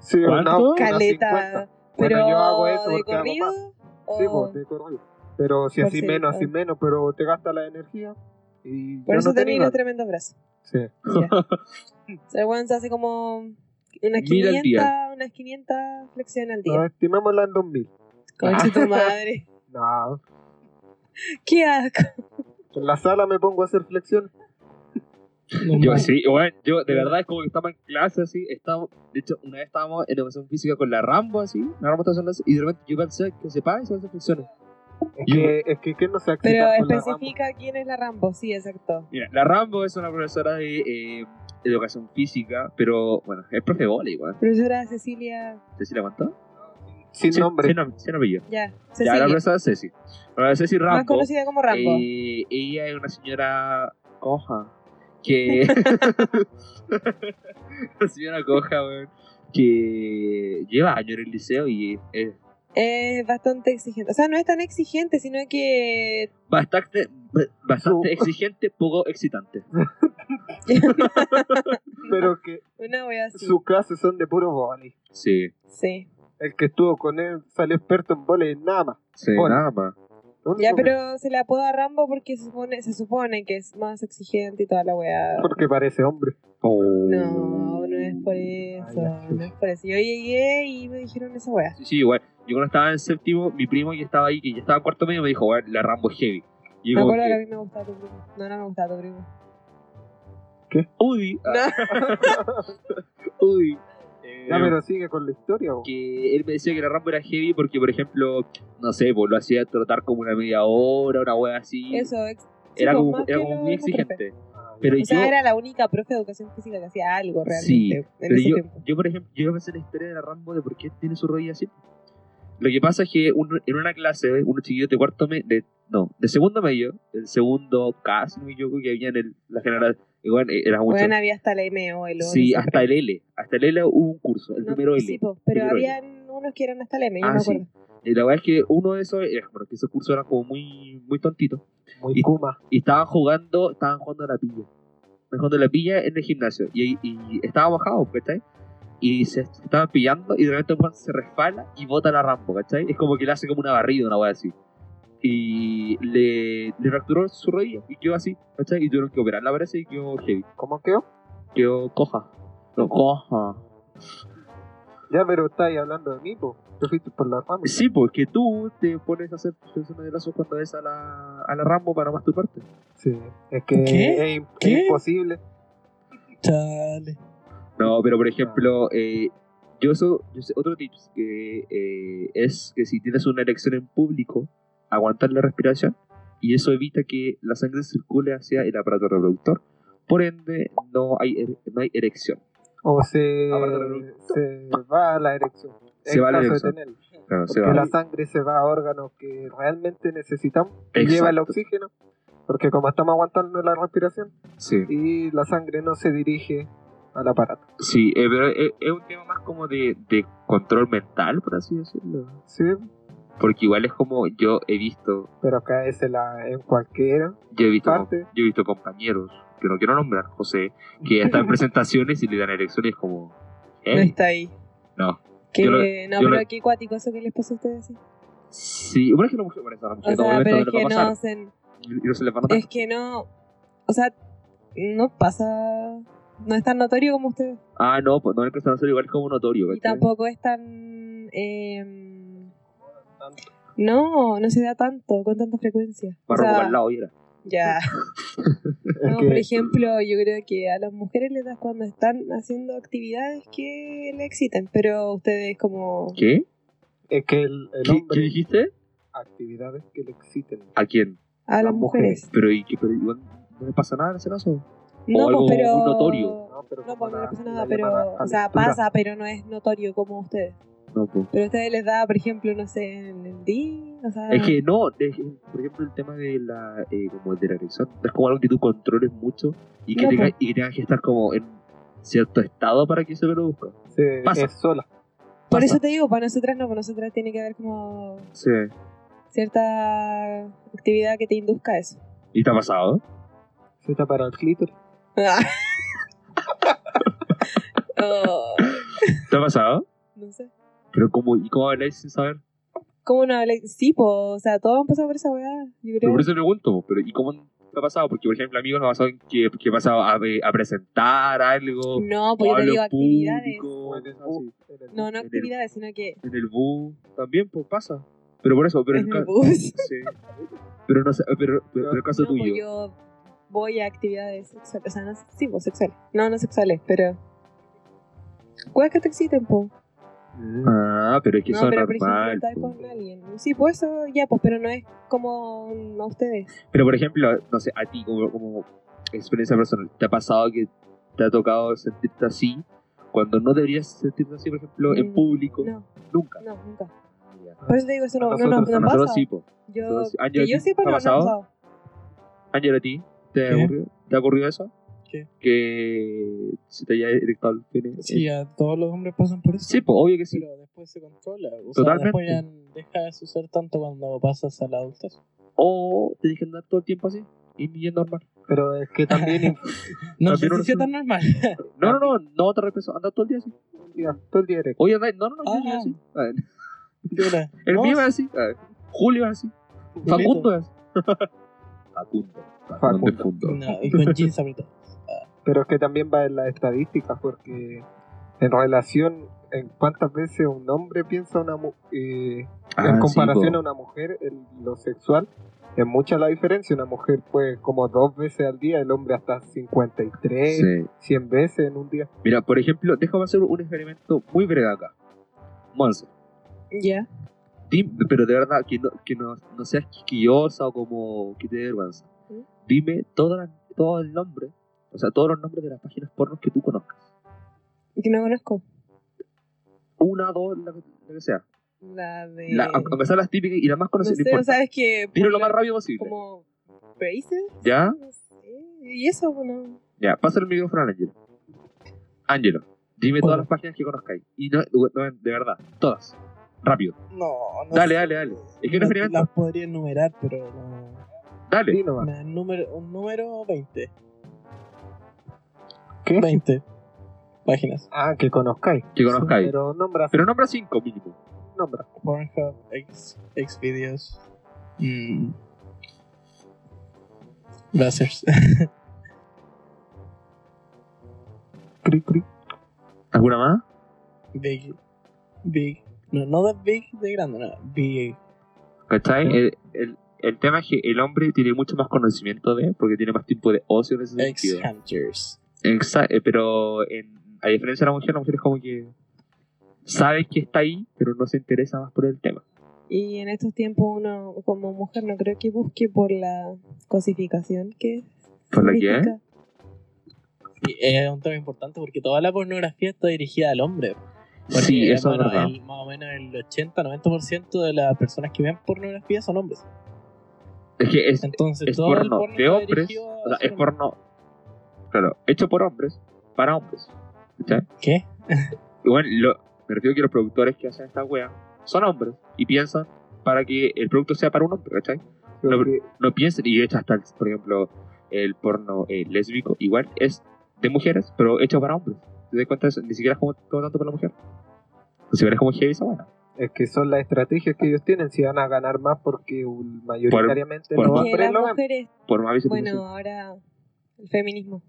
Sí, o ¿Cuánto? no, unas 50. Caleta. Pero Bueno, yo hago de eso porque hago corrido. o- Sí, pues, te corrido. Pero si Por así si- menos, así ah. menos, pero te gasta la energía. Y Por yo eso no te tenéis digo. los tremendos brazos. Sí. Ya. O sea, el weón se hace como unas Mil al 500, día. unas 500 flexiones al No, día. estimémosla en 2000. Concha tu madre. No, Qué asco. en la sala me pongo a hacer flexiones. No Yo mal. sí, weón. Yo de Ya. verdad es como que estaba en clase así. Estaba, de hecho, una vez estábamos en educación física con la Rambo así. La Rambo estaba haciendo eso. Y de repente yo pensé que se paga y se hace flexiones. Es Yo- que, es que ¿quién no se excita Pero con la Rambo? especifica quién es la Rambo, sí, exacto. Mira, la Rambo es una profesora de eh, educación física, pero bueno, es profe de volei, weón. Profesora Cecilia, ¿Cecilia cuánto? Sin Sí, nombre. sí, no, sí, no pillo. ya, Ya, la Cecilia, profesora Ceci. La profesora Ceci más Rambo. conocida como Rambo. eh, ella es una señora coja. Que. una señora coja, weón. Que lleva años en el liceo y es Es bastante exigente. O sea, no es tan exigente, sino que bastante, bastante Su- exigente, poco excitante. Pero que una wea así. sus clases son de puro vóley. Sí, Sí. El que estuvo con él salió experto en vóley nada más. sí, Bueno. nada más. Lo único Ya, que- pero se le apoda Rambo porque se supone, se supone que es más exigente y toda la wea. Porque parece hombre. Oh. No, no es por eso, ya, no es por eso. Yo llegué y me dijeron esa wea. Sí, sí, igual. Yo cuando estaba en séptimo, mi primo que estaba ahí, que ya estaba en cuarto medio, me dijo, weón, la Rambo es heavy. Y yo Me como acuerdo que a que, mí me gustaba tu primo. No, no me gustaba tu primo. uy, ah, uy. Eh, Ya, pero sigue con la historia. bo. que él me decía que la Rambo era heavy porque, por ejemplo, no sé, pues lo hacía trotar como una media hora, una wea así. Eso, ex- sí, era pues, como, más era que como lo- muy la profe. exigente. Ah, ya. Pero O sea, yo, era la única profe de educación física que hacía algo realmente Sí, en pero ese yo, tiempo. yo, por ejemplo, yo pensé la historia de la Rambo de por qué tiene su rodilla así. Lo que pasa es que un- en una clase, unos chiquillos de cuarto medio, de, no, de segundo medio, el segundo casi no me equivoco, que había en el, la general, igual eh, era mucho. Bueno, había hasta la MO, el O, sí, no sé, hasta el L, hasta el L hubo un curso, el no- primero L. sí, pues, pero primero habían unos que eran hasta la M, yo Ah, me sí. acuerdo. Y la verdad es que uno de esos, eh, bueno, que esos cursos eran como muy, muy tontitos, Muy y- Kuma. y estaban jugando, estaban jugando a la pilla. Estaban jugando a la pilla en el gimnasio, y, y estaba bajado, ¿cachai? Y se estaban pillando, y de repente un man se resbala y bota la Rambo, ¿cachai? Es como que le hace como una barrida, una wea así. Y le, le fracturó su rodilla y quedó así, ¿cachai? Y tuvieron que operarla, parece, y quedó heavy. ¿Cómo quedó? Quedó coja. No, coja. Ya, pero estáis hablando de mí, po. Te fuiste por la Rambo. Sí, porque tú te pones a hacer flexiones de brazos cuando ves a la, a la Rambo para masturbarte. Sí. Es que ¿Qué? Es, ¿Qué? es imposible. Chale. No, pero por Ah. ejemplo, eh, yo, eso, yo sé otro tip que, eh, es que si tienes una erección en público, aguantar la respiración y eso evita que la sangre circule hacia el aparato reproductor. Por ende, no hay, er- no hay erección. O se, Aparte de la- se va a la erección. Se En va a la caso de erección. tenerla. Claro, se Porque va. la sangre se va a órganos que realmente necesitamos. Que Exacto. lleva el oxígeno. Porque como estamos aguantando la respiración Sí, y la sangre no se dirige al aparato. sí eh, pero es, es un tema más como de, de control mental, por así decirlo. Sí. Porque igual es como yo he visto, Pero acá es en, la, en cualquiera yo he visto, parte. yo he visto compañeros, que no quiero nombrar, José, que están en presentaciones y le dan elecciones como, No ¿eh? está ahí. No. Que, Yo lo- no, yo pero lo- qué cuático eso que les pasó a ustedes. sí. Sí, bueno, es que no mujer, bueno, esa O mujer sea, obviamente pero no es les va que a pasar. no hacen. Y no se les va a notar. Es que no. O sea, no pasa. No es tan notorio como ustedes. Ah, no, pues no es que están haciendo igual como notorio, Y ¿cachai? tampoco es tan. eh, no, no se da tanto, con tanta frecuencia. O Para sea, robar la hoguera. Ya. Es No, que- por ejemplo, yo creo que a las mujeres les das cuando están haciendo actividades que le exciten, pero ustedes como... ¿Qué? Es que el, el ¿Qué, qué hombre, dijiste? actividades que le exciten. ¿A quién? A las Las mujeres. mujeres. Pero, ¿y qué, pero igual no le pasa nada en ese caso. No, algo pues, pero... muy notorio. No, pero No, como pues no le la- pasa la nada, pero... llamada O sea, aventura. pasa, pero no es notorio como ustedes. No, pues. Pero a ustedes les da, por ejemplo, no sé, en el día, o sea... Es que no, es que, por ejemplo, el tema de la, eh, como de la erección, es como algo que tú controles mucho y que, No, tengas, pues. y que tengas que estar como en cierto estado para que se produzca. Se- Pasa. es sola. Por pasa. eso te digo, para nosotras no, para nosotras tiene que haber como Sí. cierta actividad que te induzca a eso. ¿Y te ha pasado? Se está para el clítoris. Oh, ¿Te ha pasado? no sé. Pero como, ¿y cómo habláis sin saber? ¿Cómo no hablé? Sí, po, o sea, todos han pasado por esa weá, yo Pero creo. por eso te pregunto, pero ¿y cómo te ha pasado? Porque, por ejemplo, amigos, nos ha pasado que, que he pasado a, ve- a presentar algo, No, o pues yo te hablo digo en actividades. público, O en el cosas bus, así. en el No, no En el- actividades, sino que en el bus también, pues pasa. Pero por eso, pero en el ca- bus. Sí. Pero no sé, pero, pero, pero el caso No, pues tuyo. yo voy a actividades sexuales. O sea, no, sí, pues sexuales. No, no sexuales, pero. ¿Cuál que te exciten, po? bus. Ah, pero es que no, eso es pero por ejemplo, normal. estar po. con alguien. Sí, pues eso ya, pues, pero no es como a ustedes. Pero por ejemplo, no sé, a ti como, como experiencia personal, ¿te ha pasado que te ha tocado sentirte así cuando no deberías sentirte así, por ejemplo, en Mm, público? No, Nunca. no, nunca. Ya. Por eso te digo, eso no, no, A no, nosotros- no A Ah, nosotros pasa. sí, po. Yo, nosotros sí. Ángel, que yo ¿a ti sepa, te ha no, no ha pasado? pasado. Ángel, ¿a ti te ha ¿Qué? ocurrido, ¿te ha ocurrido eso? ¿Qué? Que se te haya erectado el pene. Sí, a todos los hombres pasan por eso. Sí, pues, obvio que sí. Pero después se controla. O Totalmente. Sea, después ya n- deja de suceder tanto cuando pasas a la adultez. O te que andar todo el tiempo así. Y ni es normal. Pero es que también No También sé uno si sea se- tan normal. No, no, no, no otra vez eso. Anda todo el día así. influye todo el día erecto. Oye, anda, no, no, no, yo Ah. soy así. A ver, Dura. El No, mío es así. a ver, Julio es así. Julito. Facundo es así. Facundo. Facundo. Facundo. Facundo. No, y con jeans apretado. Pero es que también va en las estadísticas, porque en relación en cuántas veces un hombre piensa una mu- eh, Ah, en comparación a una mujer, en lo sexual, es mucha la diferencia. Una mujer pues como dos veces al día, el hombre hasta 53, 100 veces en un día. Mira, por ejemplo, déjame hacer un experimento muy breve acá. Monse, Ya. di- pero de verdad, que no, que no, no seas quisquillosa o como que te dé vergüenza. ¿Mm? Dime todas las- todo el nombre, o sea, todos los nombres de las páginas pornos que tú conozcas. Que no conozco. Una, dos, la, que- la que sea. La de. La, aunque sean las típicas y las más Eh, no conocidas, no sé, o importa. sea, es que. por Dilo lo lo- más rápido posible. Como. Braces. ¿Ya? No sé. Y eso, pues, bueno. Ya, pasa el micrófono a Ángelo. Ángelo, dime todas Hola. las páginas que conozcáis. Y no, no, de verdad, todas. Rápido. No, no Dale, sé. dale, dale. Es que un No, experimento. Las podría enumerar, pero no. Dale. Sí, nomás. Me da un número, un número 20. ¿Qué? 20 páginas. Ah, que conozcáis. Que conozcáis. pero... Pero nombra, nombra cinco mínimo. nombra. Pornhub, X, Xvideos. Mm. Brazzers. Cri, cri. ¿Alguna más? Big. Big. No, no de Big de grande, no. Big. ¿Cachai? El, el, el tema es que el hombre tiene mucho más conocimiento de, porque tiene más tiempo de ocio en ese X sentido. Hunters. Exa- eh, pero en, a diferencia de la mujer, la mujer es como que sabe que está ahí, pero no se interesa más por el tema. Y en estos tiempos uno, como mujer, no creo que busque por la cosificación que ¿Por la que es? significa. Sí, es un tema importante porque toda la pornografía está dirigida al hombre. Porque, Sí, eso bueno, es verdad. el- más o menos el 80-90% de las personas que ven pornografía son hombres. Es que es, Entonces, es todo el porno porno de está hombres, dirigido a o sea, ser es hombre. porno, claro, hecho por hombres, para hombres. ¿Cachai? ¿Qué? Y bueno, lo, me refiero que los productores que hacen esta wea son hombres y piensan para que el producto sea para un hombre, ¿cachai? Creo que- No piensen, y de hecho hasta, por ejemplo, el porno eh, lésbico igual es de mujeres, pero hecho para hombres. ¿Te das cuenta de eso? Ni siquiera es como todo tanto para la mujer. Ni siquiera es como heavy esa buena. Es que son las estrategias que ellos tienen, si van a ganar más porque uh, mayoritariamente por- los por- Que hombres las lo ven. mujeres, Por más veces que bueno, ahora el feminismo.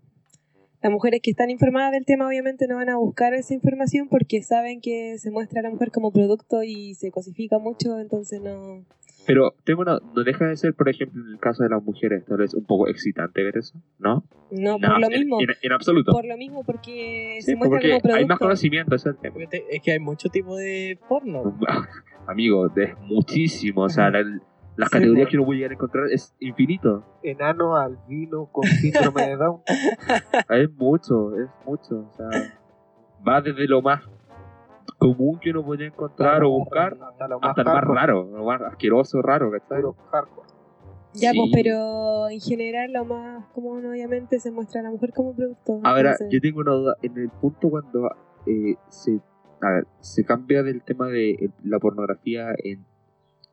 Las mujeres que están informadas del tema obviamente no van a buscar esa información porque saben que se muestra a la mujer como producto y se cosifica mucho, entonces no... sea. Pero tengo una, no deja de ser, por ejemplo, en el caso de las mujeres, tal vez un poco excitante ver eso, ¿no? No, por lo en- mismo. En, en absoluto. Por lo mismo, porque Sí, pues, se muestra porque como producto. hay más conocimiento, ese es el tema. Porque te- es que hay mucho tipo de Mm. porno. Amigo, es muchísimo. O sea, Ajá. la- las Sí, categorías po. que uno puede llegar a encontrar es infinito. Enano, albino, con síndrome de Down. Es mucho, es mucho. O sea, va desde lo más común que uno podría encontrar o buscar Hasta lo más, hasta lo más hardcore, raro, lo más asqueroso, raro, ¿cachai? puro hardcore. Ya, pues, Sí. pero en general lo más común obviamente se muestra a la mujer como producto. A ver, entonces- yo tengo una duda. En el punto cuando eh, se, a ver, se cambia del tema de eh, la pornografía en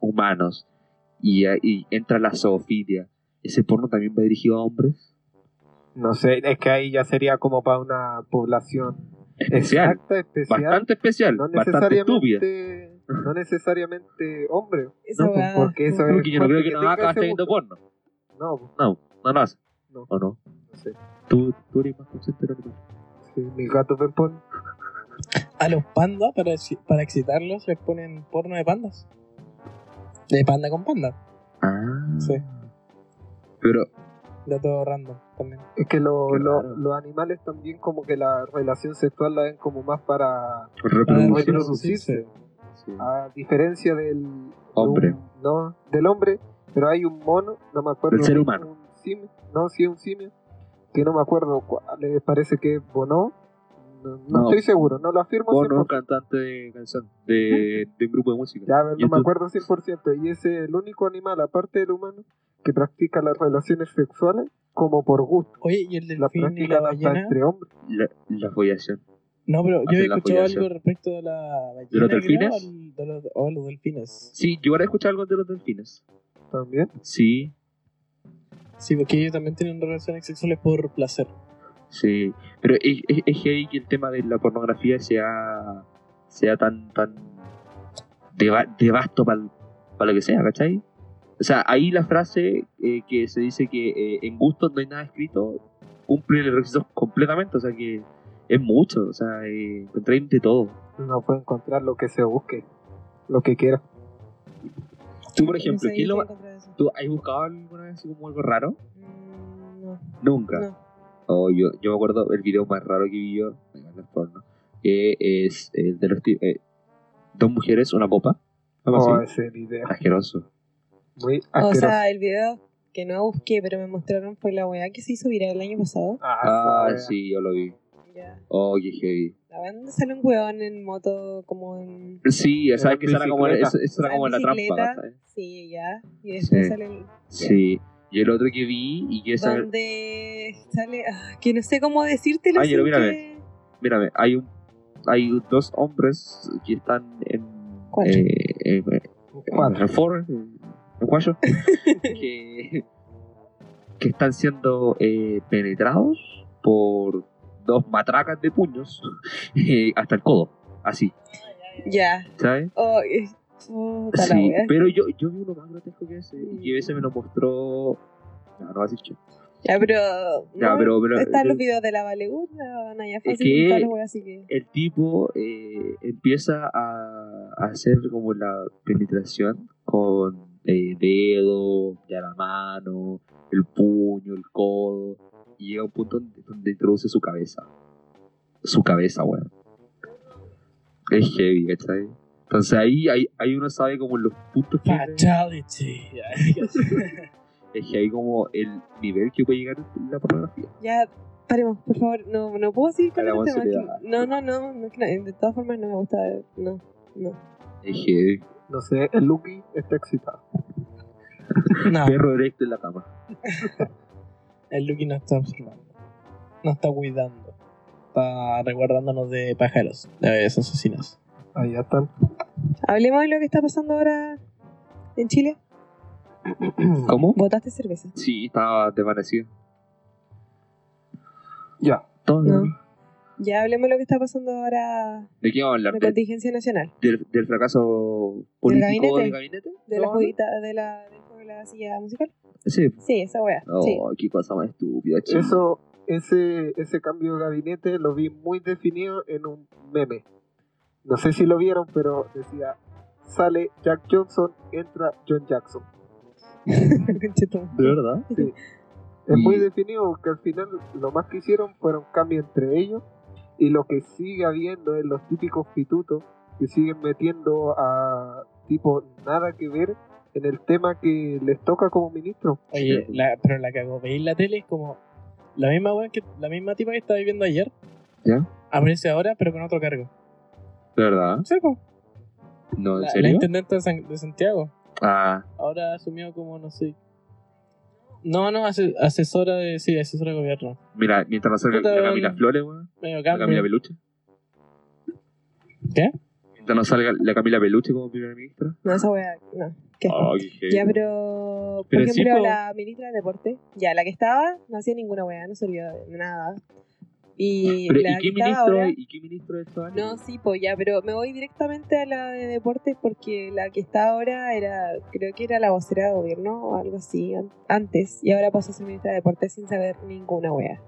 humanos y, eh, y entra la zoofilia, ¿ese porno también va dirigido a hombres? No sé, es que ahí ya sería como para una población Especial. exacta, especial. bastante especial, no bastante estúpida. necesariamente, no necesariamente hombre, Esa no, pues, weá. porque eso es Porque yo no creo gente que tenga Nadaka ese esté viendo gusto. porno. No, pues, No, no lo hace. No. ¿O no? no sé. Tú, tú eres más consciente de lo que Sí, mis gatos ven porno. A los pandas, para, exci- para excitarlos, les ponen porno de pandas. De panda con panda. Ah. Sí. Pero, Dato random también. Es que lo- Qué lo- raro. los animales también como que la relación sexual la ven como más para Ah, reproducción. reproducirse, Sí. a diferencia del de Hombre. un- no, del hombre, pero hay un mono, no me acuerdo. Del ser un- humano. un simio, no, sí, un simio, que no me acuerdo cuál, eh, parece que es Bono. No, no No. estoy seguro, no lo afirmo Bono es un 100%. cantante de canción, de, de un grupo de música. Ya, a ver, Y no me tú- acuerdo 100%. Y ese es el único animal, aparte del humano, que practica las relaciones sexuales como por gusto. Oye, ¿y el La delfín y la practican hasta ballena? entre hombres. La, la follación. No, pero yo Hacen he la escuchado follación. algo respecto de la ballena. ¿De los creo, delfines? al- de los- o los delfines. Sí, yo ahora he escuchado algo de los delfines. También. Sí, Sí, porque ellos también tienen relaciones sexuales por placer. Sí, pero es, es, es heavy que el tema de la pornografía sea, sea tan, tan de, va- de vasto para lo que sea, ¿cachai? O sea, ahí la frase eh, que se dice que eh, en gustos no hay nada escrito cumple los requisitos completamente, o sea que es mucho, o sea, eh, encontráis de todo. Uno puede encontrar lo que se busque, lo que quiera. Tú, por No ejemplo, sé, ¿qué es yo lo- estoy en contra de eso. ¿tú has buscado alguna vez así como algo raro? Mm, No, Nunca. no. Oh, yo, yo me acuerdo el video más raro que vi yo, me encanta el porno, que es el de los ti- eh, dos mujeres, una copa. Algo Oh, así. ese video. Asqueroso. Muy Ah, O asqueroso. sea, el video que no busqué, pero me mostraron fue la weá que se hizo viral el año pasado. Ah, esa wea. sí, yo lo vi. Ya. Oh, qué heavy. La banda sale un weón en moto como en... Sí, Era sabes en que esa era como, bicicleta. esa- esa era en como la trampa, bicicleta. ¿cachai? Sí, ya. Y después Sí. sale el... Sí. Y el otro que vi, y que esa... Donde sale... ah, que no sé cómo decírtelo. Ah, ya sin lo vi una que- vez. Mírame, hay un hay dos hombres que están en... Cuatro. eh, en- en Cuatro. Reform, en en Guayo. que, que están siendo eh, penetrados por dos matracas de puños eh, hasta el codo, así, Ya. ¿sabes? Oh, es- puta la Sí, wea. pero yo, yo vi uno más grotesco que ese y ese me lo mostró. No, no va a decir que- Ya, pero. Ya, no, pero- pero- están pero- los videos de la Valeud, la Naya Es Fácil y que- todas las weas, así que. El tipo eh, empieza a, a hacer como la penetración con eh, dedo, ya la mano, el puño, el codo, y llega a un punto donde, donde introduce su cabeza. Su cabeza, weón. Es heavy, ¿cachai? Entonces ahí, ahí, ahí uno sabe como los puntos que... Fatality. Es heavy como el nivel que puede llegar la pornografía. Ya, paremos, por favor. No, no puedo seguir con Para este tema. es que- No, considerar. no, no, no, es que no, De todas formas, no me gusta. No, no. Es heavy. No sé, el Lucky está excitado. Ah. no, Perro directo en la cama. el Lucky no está observando. No está cuidando. Está resguardándonos de pájaros, de aves asesinas. Ahí ya están. Hablemos de lo que está pasando ahora en Chile? ¿Cómo? ¿Votaste cerveza? Sí, estaba desvanecido. Ya. Todo. No. Ya hablemos de lo que está pasando ahora ¿De qué vamos a hablar? de ¿Del, contingencia nacional. del, del fracaso político gabinete? del gabinete? De ¿No? la juguita, de la, del juego de la silla musical. Sí. Sí, esa wea. Oh, Sí. qué cosa más estúpida, chico. Eso, ese, ese cambio de gabinete lo vi muy definido en un meme. No sé si lo vieron, pero decía, sale Jack Johnson, entra John Jackson. Conchetum. ¿De verdad? Es Y- muy definido porque al final lo más que hicieron fueron cambios entre ellos y lo que sigue habiendo es los típicos pitutos que siguen metiendo a tipo nada que ver en el tema que les toca como ministro. Oye, la- pero la cagó. Veis la tele, es como la misma weón que la misma tipa que estaba viendo ayer. ¿Ya? Aparece ahora, pero con otro cargo. ¿De verdad? Sí, po. ¿No, en La, la serio? intendente de, San- de Santiago. Ah, Ahora asumió como, no sé. No, no, ase- asesora de. Sí, asesora de gobierno. mira, mientras no salga Puta, la Camila weón. Flores, weón. Medio La Camila cambio. Peluche. ¿Qué? Mientras no salga la Camila Peluche como primera ministra. No, esa wea, no. Qué asco. Oh, qué heavy. Ya, pero. Por Pero sí, ejemplo, po. la ministra de Deporte, ya, la que estaba, no hacía ninguna wea, no servía de nada. Y Pero, la ¿y, que qué estaba ministro, ahora- ¿Y qué ministro es eso? No, sí, pues ya, pero me voy directamente a la de deportes porque la que está ahora era, creo que era la vocera de gobierno o algo así an- antes, y ahora pasó a ser ministra de deportes sin saber ninguna wea.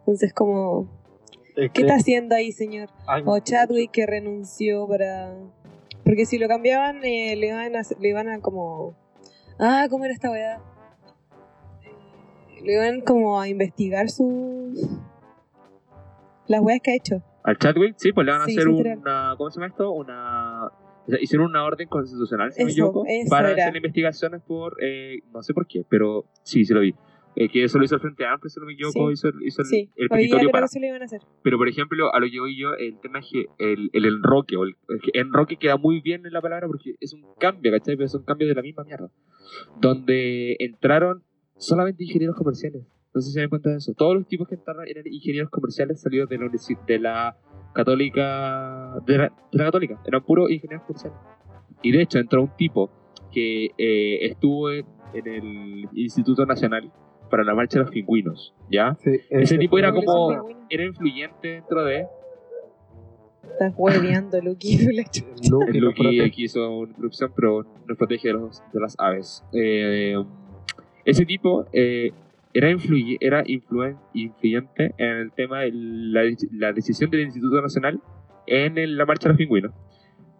Entonces, como, ¿qué está haciendo ahí, señor? Ay, O Chadwick que renunció para. Porque si lo cambiaban, eh, le, iban a, hacer- le iban a como. Ah, ¿cómo era esta weá? Le iban como a investigar sus. las weas que ha hecho. ¿Al Chadwick? Sí, pues le van a Sí, hacer sí, literal. una. ¿Cómo se llama esto? Una. o sea, hicieron una orden constitucional, si no me Eso, equivoco, eso para era. hacer investigaciones por. eh, no sé por qué, pero sí, se lo vi. Eh, que eso lo hizo el Frente Amplio, si no me equivoco, Sí. hizo, el- hizo el, Sí, el hoy día petitorio creo para. que sí lo iban a hacer. Pero, por ejemplo, a lo que voy yo, el tema es que el, el enroque, o el, el que enroque queda muy bien en la palabra porque es un cambio, ¿cachai? Pero son cambios de la misma mierda. Donde entraron solamente ingenieros comerciales. No sé si se dan cuenta de eso. Todos los tipos que entraron eran ingenieros comerciales salidos de la, universi- de la católica. De la, de la católica. Eran puros ingenieros comerciales. Y de hecho, entró un tipo que eh, estuvo en, en el Instituto Nacional para la Marcha de los Pingüinos, ¿ya? Sí, Ese tipo era Creo que son como- pingüinos. Era influyente dentro de. Estás hueveando, Luqui. la chucha. Luke, El lo Lucky protege. aquí hizo una interrupción, pero nos protege de, los- de las aves. Eh, ese tipo eh, era, influye- era influen- influyente en el tema de la, la decisión del Instituto Nacional en el- la marcha de los pingüinos.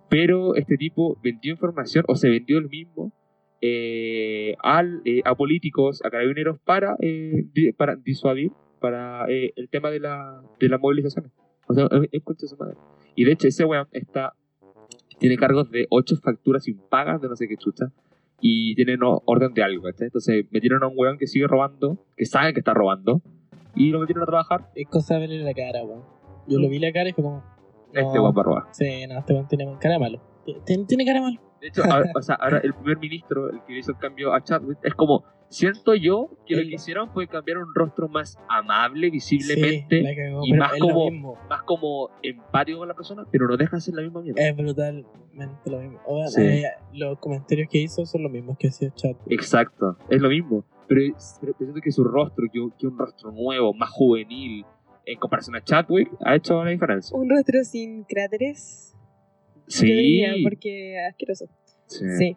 Pero este tipo vendió información, o se vendió el mismo, eh, al, eh, a políticos, a carabineros, para, eh, di- para disuadir para eh, el tema de la, de la movilización. O sea, es- es concha de su madre. Y de hecho, ese weón está tiene cargos de ocho facturas impagas de no sé qué chucha y tienen o- orden de algo, ¿cachai? Entonces metieron a un weón que sigue robando, que sabe que está robando, y lo metieron a trabajar. Es cosa de verle la cara, weón. Yo lo vi la cara y fue como. Mm. Este no, weón va a robar. Sí, no, este weón tiene cara de malo. Tiene, tiene cara de malo. De hecho, a- o sea, ahora el primer ministro, el que hizo el cambio a Chadwick, es como, siento yo que lo El- que hicieron fue cambiar un rostro más amable, Sí, visiblemente, la cagó, y pero más es como- lo mismo. más como empático con la persona, pero no deja hacer la misma mierda. Es brutalmente lo mismo. Oigan, Sí. eh, los comentarios que hizo son los mismos que hacía Chat. Exacto, es lo mismo. Pero, pero siento que su rostro, que, un- que un rostro nuevo, más juvenil, en comparación a Chadwick, ha hecho la diferencia. Un rostro sin cráteres. Sí, Yo diría, porque es asqueroso. sí. Mm. Sí.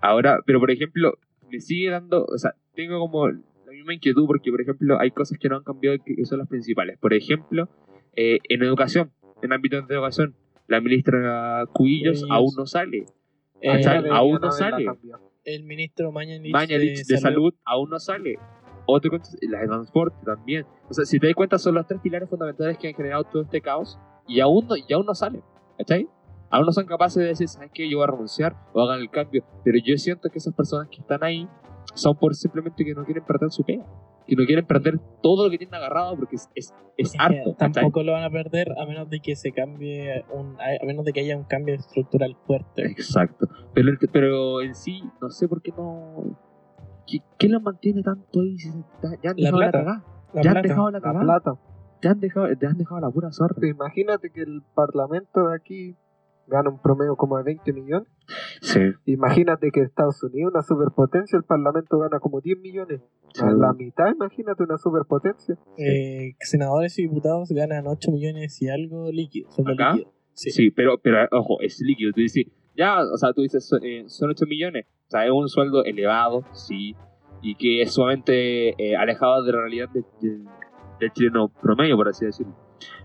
Ahora, pero por ejemplo, me sigue dando, o sea, tengo como la misma inquietud porque, por ejemplo, hay cosas que no han cambiado y que que son las principales. Por ejemplo, eh, en educación, en ámbitos de educación, la ministra Cuillos Cubillos. aún no sale. Eh, Achá, Esa aún deberían no haberla sale. cambiado. el ministro Mañalich, Mañalich de salud aún no sale. Otro, con- la de transporte también. O sea, si te das cuenta, son los tres pilares fundamentales que han generado todo este caos y aún no, y aún no sale. ¿Cachai? Aún no son capaces de decir, ¿sabes qué? Yo voy a renunciar o hagan el cambio. Pero yo siento que esas personas que están ahí son por simplemente que no quieren perder su pega. Que no quieren perder todo lo que tienen agarrado porque es, es, es Es que harto. ¿cachai? tampoco lo van a perder a menos de que se cambie un, a a menos de que haya un cambio estructural fuerte. Exacto. Pero, el- pero en sí, no sé por qué no. ¿Qué, qué los mantiene tanto ahí? Si ya- Ya han La dejado la plata. cagada. La Ya han plata. dejado la La cagada. plata. Te han dejado, te han dejado la pura zorra. Imagínate que el parlamento de aquí gana un promedio como de 20 millones. Sí. Imagínate que Estados Unidos, una superpotencia, el Parlamento gana como 10 millones. Sí. A la mitad, imagínate una superpotencia. Eh, senadores y diputados ganan 8 millones y algo líquido. Solo ¿Acá? líquido. Sí. Sí. pero, pero ojo, es líquido. Tú dices, ya, o sea, tú dices, son- eh, son 8 millones. O sea, es un sueldo elevado, sí, y que es sumamente eh, alejado de la realidad de- de- del chileno promedio, por así decirlo.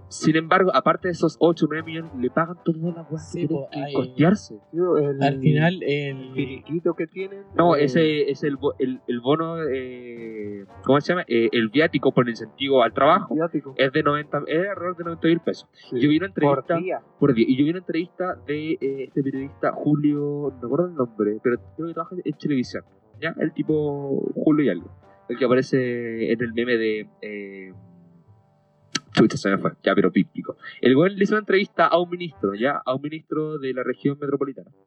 Sin embargo, aparte de esos 8 o 9 millones, le pagan todo la weá Sí, que tienen po, que ay. costearse. Tío, el Mm. Al final, el. finiquito que tienen. No, eh, ese es el, bo- el, el bono, eh, ¿cómo se llama? Eh, el viático por el incentivo al trabajo Viático. es de 90, es alrededor de 90 mil pesos. Sí. Eh, Yo vi una Este, Por entrevista día. por día. Y yo vi una entrevista de eh, este periodista Julio, no recuerdo el nombre, pero creo que trabaja en televisión. ¿Ya? El tipo Julio y algo. El que aparece en el meme de. Eh, chucha, se me fue. Ya, pero pípico. El güey le hizo una entrevista a un ministro, ¿ya? A un ministro de la región metropolitana. Un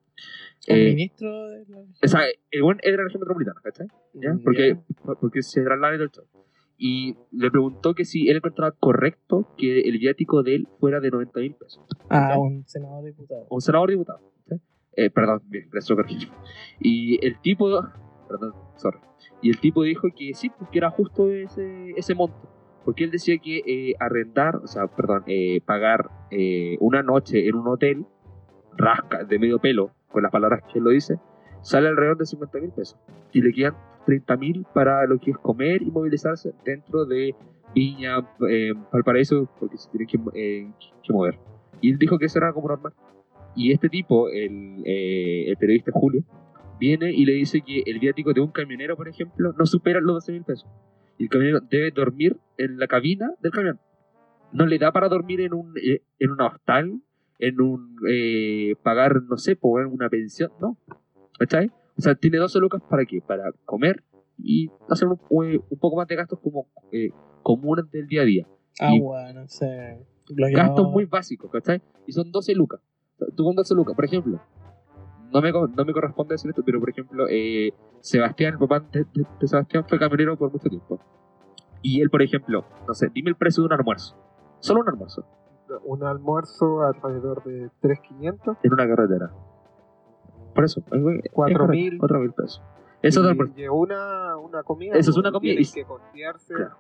Eh, ministro de la- o sea, el buen es de la región metropolitana, ¿cachai? ¿Ya? Mm, Porque, ya. porque se traslada del show. Y le preguntó que si él encontraba correcto que el viático de él fuera de 90 mil pesos Ah, un senador diputado. un senador diputado. ¿sí? Eh, perdón, bien, gracias por corregirme. Y el tipo, perdón, sorry. Y el tipo dijo que sí, pues, que era justo ese, ese monto. Porque él decía que eh, arrendar, o sea, perdón, eh, pagar eh, una noche en un hotel, rasca, de medio pelo, con las palabras que él lo dice, sale alrededor de 50 mil pesos. Y le quedan 30 mil para lo que es comer y movilizarse dentro de Viña, eh, Valparaíso, porque se tiene que, eh, que mover. Y él dijo que eso era como normal. Y este tipo, el, eh, el periodista Julio, viene y le dice que el viático de un camionero, por ejemplo, no supera los 12 mil pesos. Y el camionero debe dormir en la cabina del camión. No le da para dormir en un eh, en un hostal, en un eh, pagar, no sé, pagar una pensión, no. ¿Cachai? O sea, tiene 12 lucas para qué? Para comer y hacer un, un- un poco más de gastos como eh, comunes del día a día Agua, no sé. bloqueador. gastos muy básicos, ¿cachai? Y son 12 lucas. Tú con 12 lucas, por ejemplo, no me, co- no me corresponde decir esto, pero por ejemplo, eh, Sebastián, el papá de, de- de Sebastián fue camionero por mucho tiempo. Y él, por ejemplo, no sé, dime el precio de un almuerzo. Solo un almuerzo, Un almuerzo alrededor de 3.500. en una carretera. Por eso, es- es Cuatro correcto, mil. cuatro mil pesos. Eso es almuerzo. y de una, una comida. Eso es pues, una comida, tienen y- que costearse. Claro.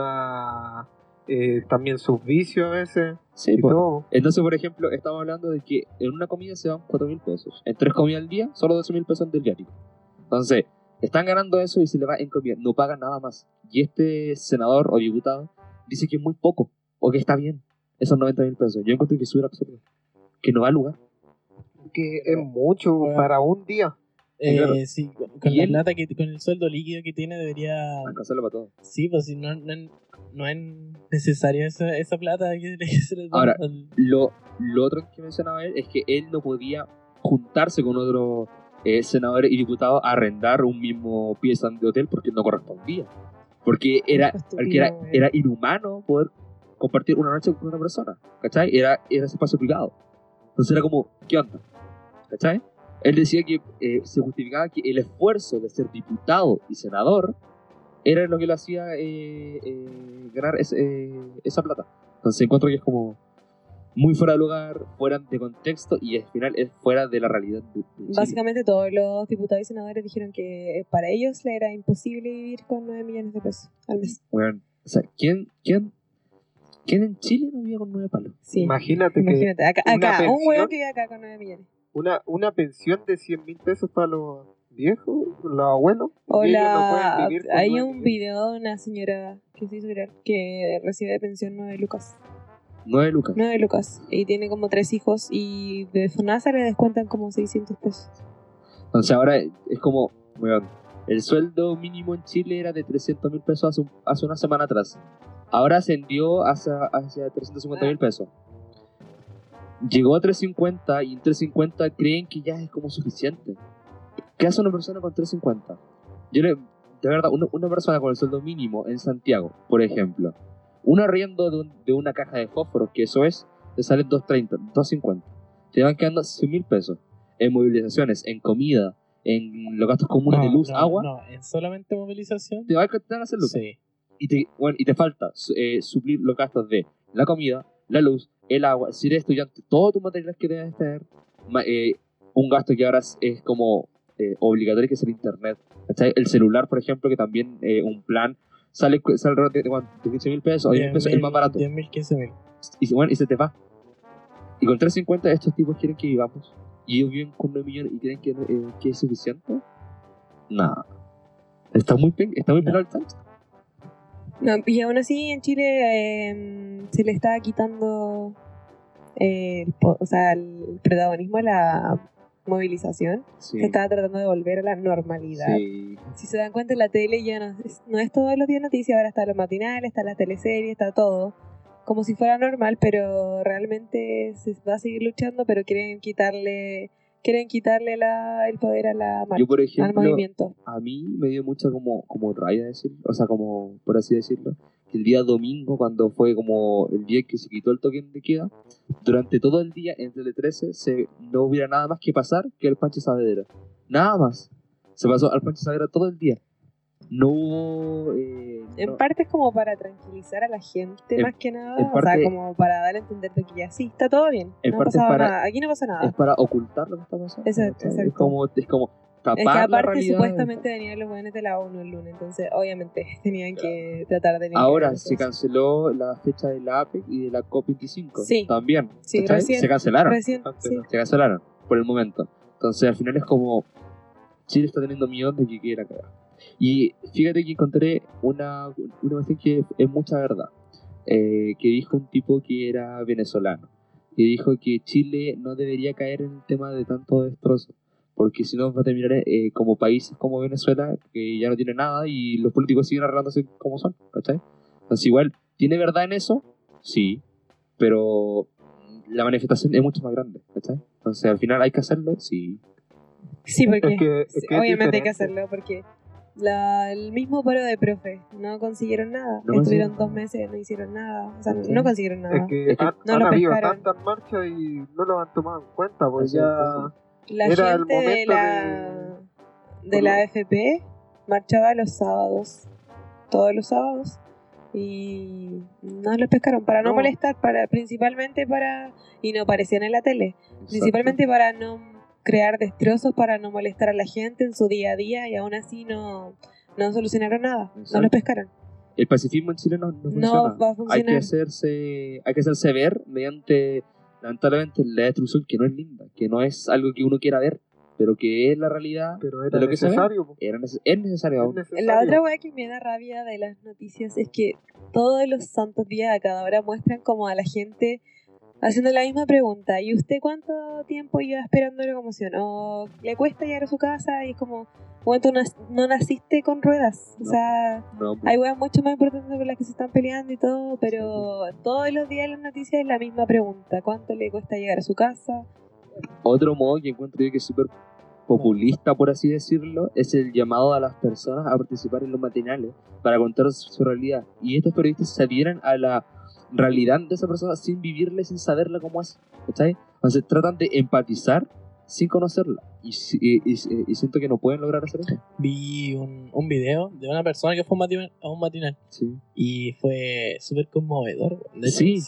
Además, eh, también sus vicios a veces. Sí, pues. y po. todo. Entonces, por ejemplo, estamos hablando de que en una comida se van 4 mil pesos. En tres comidas al día, solo 12 mil pesos del diario. Entonces, están ganando eso y se le va en comida. No pagan nada más. Y este senador o diputado dice que es muy poco. O que está bien. Esos 90 mil pesos. Yo encuentro que eso era absurdo. Que no va al lugar. Que es mucho Ah. Bueno. para un día. Eh, claro. sí, con, con Y la él- plata que, con el sueldo líquido que tiene debería. Alcanzarlo para todo. Sí, pues si no, no, no es necesario esa, esa plata que, que se le da Ahora, al- Lo, lo otro que mencionaba él es que él no podía juntarse con otros eh, senadores y diputados a arrendar un mismo pieza de hotel porque no correspondía. Porque era, porque era, Estúpido, eh. era inhumano poder compartir una noche con una persona. ¿Cachai? Era, era ese espacio privado. Entonces era como, ¿qué onda? ¿Cachai? Él decía que eh, se justificaba que el esfuerzo de ser diputado y senador era lo que lo hacía eh, eh, ganar ese- eh, esa plata. Entonces encuentro que es como muy fuera de lugar, fuera de contexto y al final es fuera de la realidad. de- de Chile. Básicamente todos los diputados y senadores dijeron que eh, para ellos le era imposible vivir con 9 millones de pesos al mes. Weón, o sea, ¿quién, quién, ¿quién en Chile no vive con nueve palos? Sí. Imagínate, que Imagínate, acá, una acá, un pensión- huevo que vive acá con 9 millones. una, una pensión de 100 mil pesos para los viejos, los abuelos. y ellos no Hola, pueden vivir con hay nueve un millones. video de una señora que se hizo viral que recibe de pensión 9 lucas. Nueve lucas. 9 lucas. Y tiene como tres hijos y de FONASA le descuentan como 600 pesos. Entonces ahora es como, weón, el sueldo mínimo en Chile era de 300 mil pesos hace, un- hace una semana atrás. Ahora ascendió hacia, hacia 350 mil pesos. Llegó a 350 y en 350 creen que ya es como suficiente. ¿Qué hace una persona con 350? Yo le, de verdad, una, una persona con el sueldo mínimo en Santiago, por ejemplo, un arriendo de, un- de una caja de fósforos, que eso es, te sale 230, 250. Te van quedando 100 mil pesos en movilizaciones, en comida, en los gastos comunes de No, luz, no, agua. No, en solamente movilización. Te va a quedar a hacer lucas Sí. y te, bueno, y te falta su- eh, suplir los gastos de la comida, la luz, el agua, si eres estudiante, todos tus materiales que debes tener, ma- eh, un gasto que ahora es, es como eh, obligatorio que es el internet. ¿cachai? El celular, por ejemplo, que también eh, un plan sale, cu- sale alrededor de, cuan- de 15 mil pesos, o 10 pesos, el más barato. 10.000, 15.000. Y, se- bueno, y se te va. Y con 350 estos tipos quieren que vivamos. Y ellos viven con 9 millones y creen que, no- eh, que es suficiente. Nada. Está muy, pe- está muy No. pelado el tanto. No, y aún así en Chile eh, se le está quitando eh, el, po- o sea, el protagonismo a la movilización. Sí. Se está tratando de volver a la normalidad. Sí. Si se dan cuenta, la tele ya no es, no es todos los días noticia, ahora está los matinales, está las teleseries, está todo. Como si fuera normal, pero realmente se va a seguir luchando, pero quieren quitarle quieren quitarle la, el poder a la marcha, Yo, por al ejemplo, movimiento. a mí me dio mucha como, como raya decir, o sea, como por así decirlo, que el día domingo, cuando fue como el día que se quitó el toque de queda, durante todo el día en Tele 13 se, no hubiera nada más que pasar que el Pancho Saavedra. Nada más. Se pasó al Pancho Saavedra todo el día. No hubo. eh, En no- parte es como para tranquilizar a la gente, En- más que nada. en o parte- sea, como para dar a entender de que ya sí, está todo bien. En No ha parte es pasado para- nada. Aquí no pasa nada. es para ocultar lo que está pasando. Exacto, ¿cachai? Es exacto. como, es como tapar Es que la aparte realidad. supuestamente venían los jóvenes de la ONU el lunes, entonces obviamente tenían que tratar de... limpiar Ahora el se proceso. canceló la fecha de la APEC y de la COP25. Sí. E También. Sí, ¿cachai? recién- se cancelaron. Recién, Antes sí. no, Se cancelaron por el momento. Entonces al final es como Chile está teniendo miedo de que quiera cagar. Y fíjate que encontré una, una cuestión que es, es mucha verdad. eh, que dijo un tipo que era venezolano. Que dijo que Chile no debería caer en el tema de tanto destrozo. Porque si no va a terminar eh, como países como Venezuela, que ya no tiene nada y los políticos siguen arreglándose como son. ¿Cachai? Entonces igual, ¿tiene verdad en eso? Sí, pero la manifestación es mucho más grande, ¿cachai? Entonces al final hay que hacerlo, sí. Sí, porque Es que- es sí, que es obviamente hay que diferente. hacerlo, porque la- el mismo paro de profe, no consiguieron nada. No Estuvieron consiguieron dos nada. meses, no hicieron nada. O sea, Ujú. no consiguieron nada. Es que Es que han, no han lo habido pescaron. tantas marchas y no lo han tomado en cuenta, porque Así ya La Era el gente de momento la, de... de- la AFP marchaba los sábados, todos los sábados, y no los pescaron para no, No. molestar, para principalmente para, y no aparecían en la tele, Exacto. principalmente para no crear destrozos, para no molestar a la gente en su día a día, y aún así no, no solucionaron nada, no Exacto. los pescaron. El pacifismo en Chile no, no funciona. No va a hay que funcionar. hacerse, hay que hacerse ver mediante, lamentablemente, la destrucción que no es linda, que no es algo que uno quiera ver, pero que es la realidad. pero era lo que se ve. necesario. po. Era neces- es necesario Es aún. necesario. La otra weá que me da rabia de las noticias es que todos los santos días a cada hora muestran como a la gente haciendo la misma pregunta. ¿Y usted cuánto tiempo lleva esperando la locomoción? ¿O le cuesta llegar a su casa? Y es como, bueno, tú nas- no naciste con ruedas. O No. sea, No, pues, hay weas mucho más importantes por las que se están peleando y todo, pero todos los días en las noticias es la misma pregunta. ¿Cuánto le cuesta llegar a su casa? Otro modo que encuentro yo que es súper populista, por así decirlo, es el llamado a las personas a participar en los matinales para contar su, su realidad. Y estos periodistas se adhieren a la realidad de esa persona sin vivirla, y sin saberla cómo es. ¿Cachai? Entonces tratan de empatizar sin conocerla. Y, si- y- y- y siento que no pueden lograr hacer eso. Vi un, un video de una persona que fue a un matinal, a un matinal Sí. y fue súper conmovedor. weón. De hecho, Sí.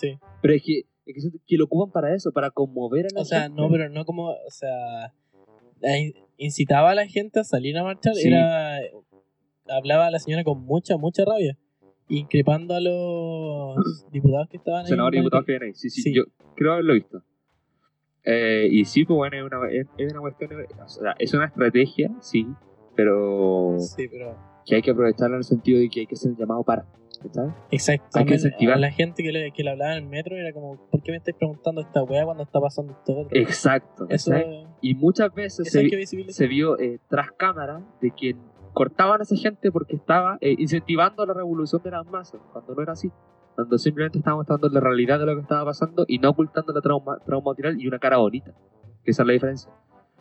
Pero es que, es que siento que lo ocupan para eso, para conmover a la O sea, gente. no, pero no como, o sea, la in- incitaba a la gente a salir a marchar. Sí. Era, hablaba la señora con mucha, mucha rabia, increpando a los diputados que estaban ahí. senador y en el diputado matinal. que viene ahí. Sí, sí, Sí. yo creo haberlo visto. Eh, y sí, pues bueno, es una, es, es una cuestión, o sea, es una estrategia, sí, pero Sí, pero que hay que aprovecharla en el sentido de que hay que hacer el llamado para, ¿sabes? Exacto. Hay que también incentivar. A la gente que le, que le hablaba en el metro era como, ¿por qué me estáis preguntando esta weá cuando está pasando esto otro? Exacto. Eso, ¿cachai? Y muchas veces eso hay se, que visibilizar. se vio eh, tras cámara de que cortaban a esa gente porque estaba eh, incentivando la revolución de las masas, cuando no era así. Cuando simplemente estaba mostrando la realidad de lo que estaba pasando y no ocultando la trauma, trauma matinal y una cara bonita. Que esa es la diferencia.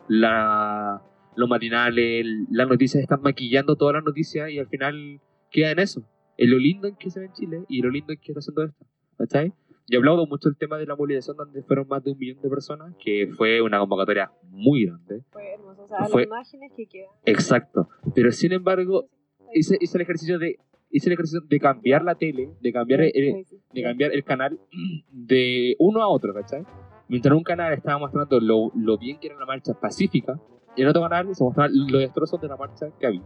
La, los matinales, las noticias están maquillando todas las noticias y al final queda en eso. En lo lindo en que se ve en Chile y lo lindo en que está haciendo esto. ¿Cachai? Yo he hablado mucho el tema de la movilización donde fueron más de un millón de personas, que fue una convocatoria muy grande. Fue hermoso. O sea, las Fue- las imágenes que quedan. Exacto. Pero sin embargo, hice, hice el ejercicio de hice el ejercicio de cambiar la tele, de cambiar el, el- de cambiar el canal de uno a otro, ¿cachai? Mientras un canal estaba mostrando lo, lo bien que era la marcha pacífica, y en otro canal se mostraban los destrozos de la marcha que había.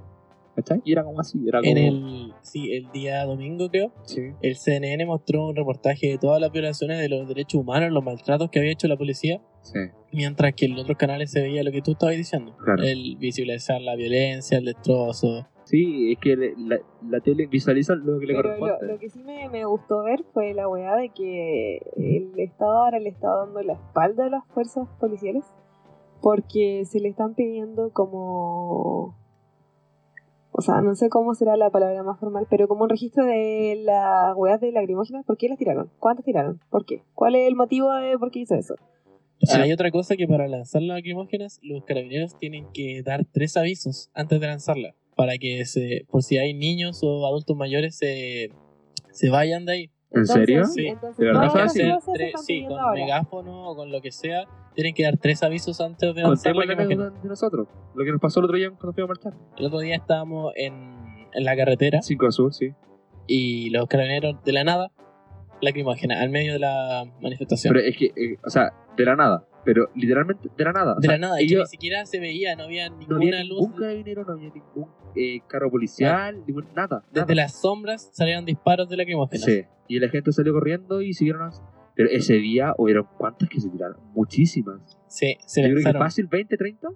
¿Cachai? Y era como así, era como... En el, sí, el día domingo, creo, Sí. el CNN mostró un reportaje de todas las violaciones de los derechos humanos, los maltratos que había hecho la policía, Sí. mientras que en otros canales se veía lo que tú estabas diciendo. Claro. El visibilizar la violencia, el destrozo. Sí, es que le- la, la tele visualiza lo que le Pero lo, corresponde. lo que sí me, me gustó ver fue la weá de que el Estado ahora le está dando la espalda a las fuerzas policiales porque se le están pidiendo como... O sea, no sé cómo será la palabra más formal, pero como un registro de las weas de lacrimógenas. ¿Por qué las tiraron? ¿Cuántas tiraron? ¿Por qué? ¿Cuál es el motivo de por qué hizo eso? Sí. Hay otra cosa que para lanzar las lacrimógenas, los carabineros tienen que dar tres avisos antes de lanzarla, para que se, por si hay niños o adultos mayores se, se vayan de ahí. ¿En serio? Entonces- Sí. entonces ¿De verdad Tienen todas que son las así? hacer cosas se tres- están sí, pidiendo con ahora. megáfono o con lo que sea, tienen que dar tres avisos antes de lanzar Contemos la la lacrimógena. anécdota de nosotros. Lo que nos pasó el otro día cuando fuimos a marchar. El otro día estábamos en, en la carretera 5 Azul, sí. y los carabineros de la nada, lacrimógena, al medio de la manifestación. Pero es que, eh, o sea, de la nada. Pero literalmente de la nada. O de sea, la nada, es que ellos- ni siquiera se veía, no había no ninguna había luz. ningún carabinero, no había ningún eh, carro policial, ningún- nada. Desde nada. las sombras salieron disparos de lacrimógenas. Sí. Y la gente salió corriendo y siguieron. as- Pero ese día hubieron cuántas que se tiraron. Muchísimas. Sí, se Yo creo que lanzaron. fácil, 20, 30.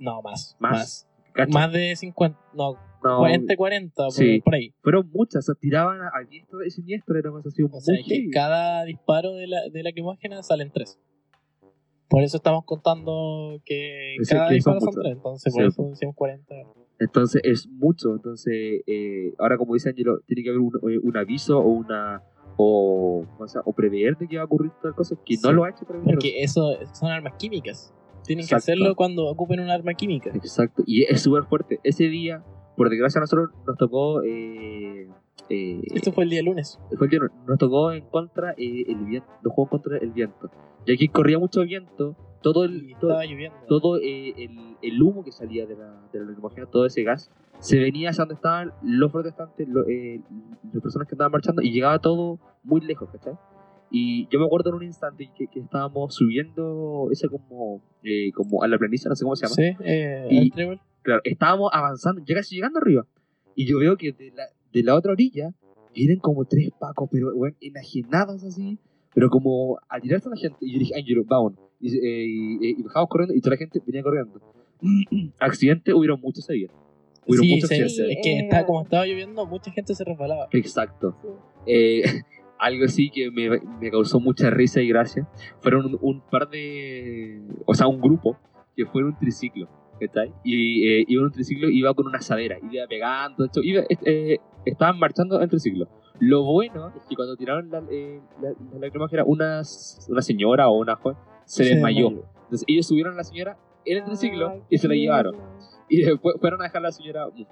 No, más. Más. Más. ¿Cacha? Más de 50. No, No, 40, 40, por, Sí. por ahí. Fueron muchas, se tiraban a a diestra y siniestra, era más así un O sea, que cada disparo de la, de lacrimógena salen tres. Por eso estamos contando que Es cada que son disparo son muchos. tres. Entonces, por Sí. eso decimos 40. Entonces es mucho. Entonces, eh, ahora como dice Angelo, tiene que haber un, eh, un aviso o una o, o, sea, o prever de que va a ocurrir tal cosa que no Sí. lo ha hecho Carabineros. Porque eso son armas químicas. Tienen Exacto. que hacerlo cuando ocupen un arma química. Exacto. Y es súper fuerte. Ese día, por desgracia a nosotros nos tocó eh, eh, Esto fue el día lunes. fue el día, nos tocó en contra eh, el viento, nos jugó en contra el viento. Y aquí corría mucho viento, todo el Y todo- estaba lloviendo. todo eh, el, el humo que salía de la, de la lacrimógena, todo ese gas, se venía hacia donde estaban los protestantes, lo- eh, las personas que estaban marchando, y llegaba todo muy lejos, ¿cachai? Y yo me acuerdo en un instante que, que estábamos subiendo ese como, eh, como a la planicie, no sé cómo se llama. Sí, eh, Y- al trébol. Claro, estábamos avanzando, ya casi llegando arriba. Y yo veo que de la, de la otra orilla vienen como tres pacos, pero weón, enajenados así, pero como a tirarse a la gente. Y yo dije, Ángelo, vámonos. Y, eh, y- eh, y bajamos corriendo y toda la gente venía corriendo. Accidentes hubieron muchos ese día. Hubieron Sí, muchos se- accidentes. es que eh, está, como estaba lloviendo, mucha gente se resbalaba. Exacto. Sí. Eh, algo así que me, me causó mucha risa y gracia. Fueron un, un par de. O sea, un grupo que fue en un triciclo. ¿cachai? Y eh, iba en un triciclo iba con una sadera. Iba pegando. esto, iba- est- eh, estaban marchando en triciclo. Lo bueno es que cuando tiraron la, eh, la, la lacrimógena, una, s- una señora o una joven se, Se desmayó. desmayó. Entonces ellos subieron a la señora en el triciclo Ay, y se la qué llevaron. lindo. Y después fueron a dejar a la señora un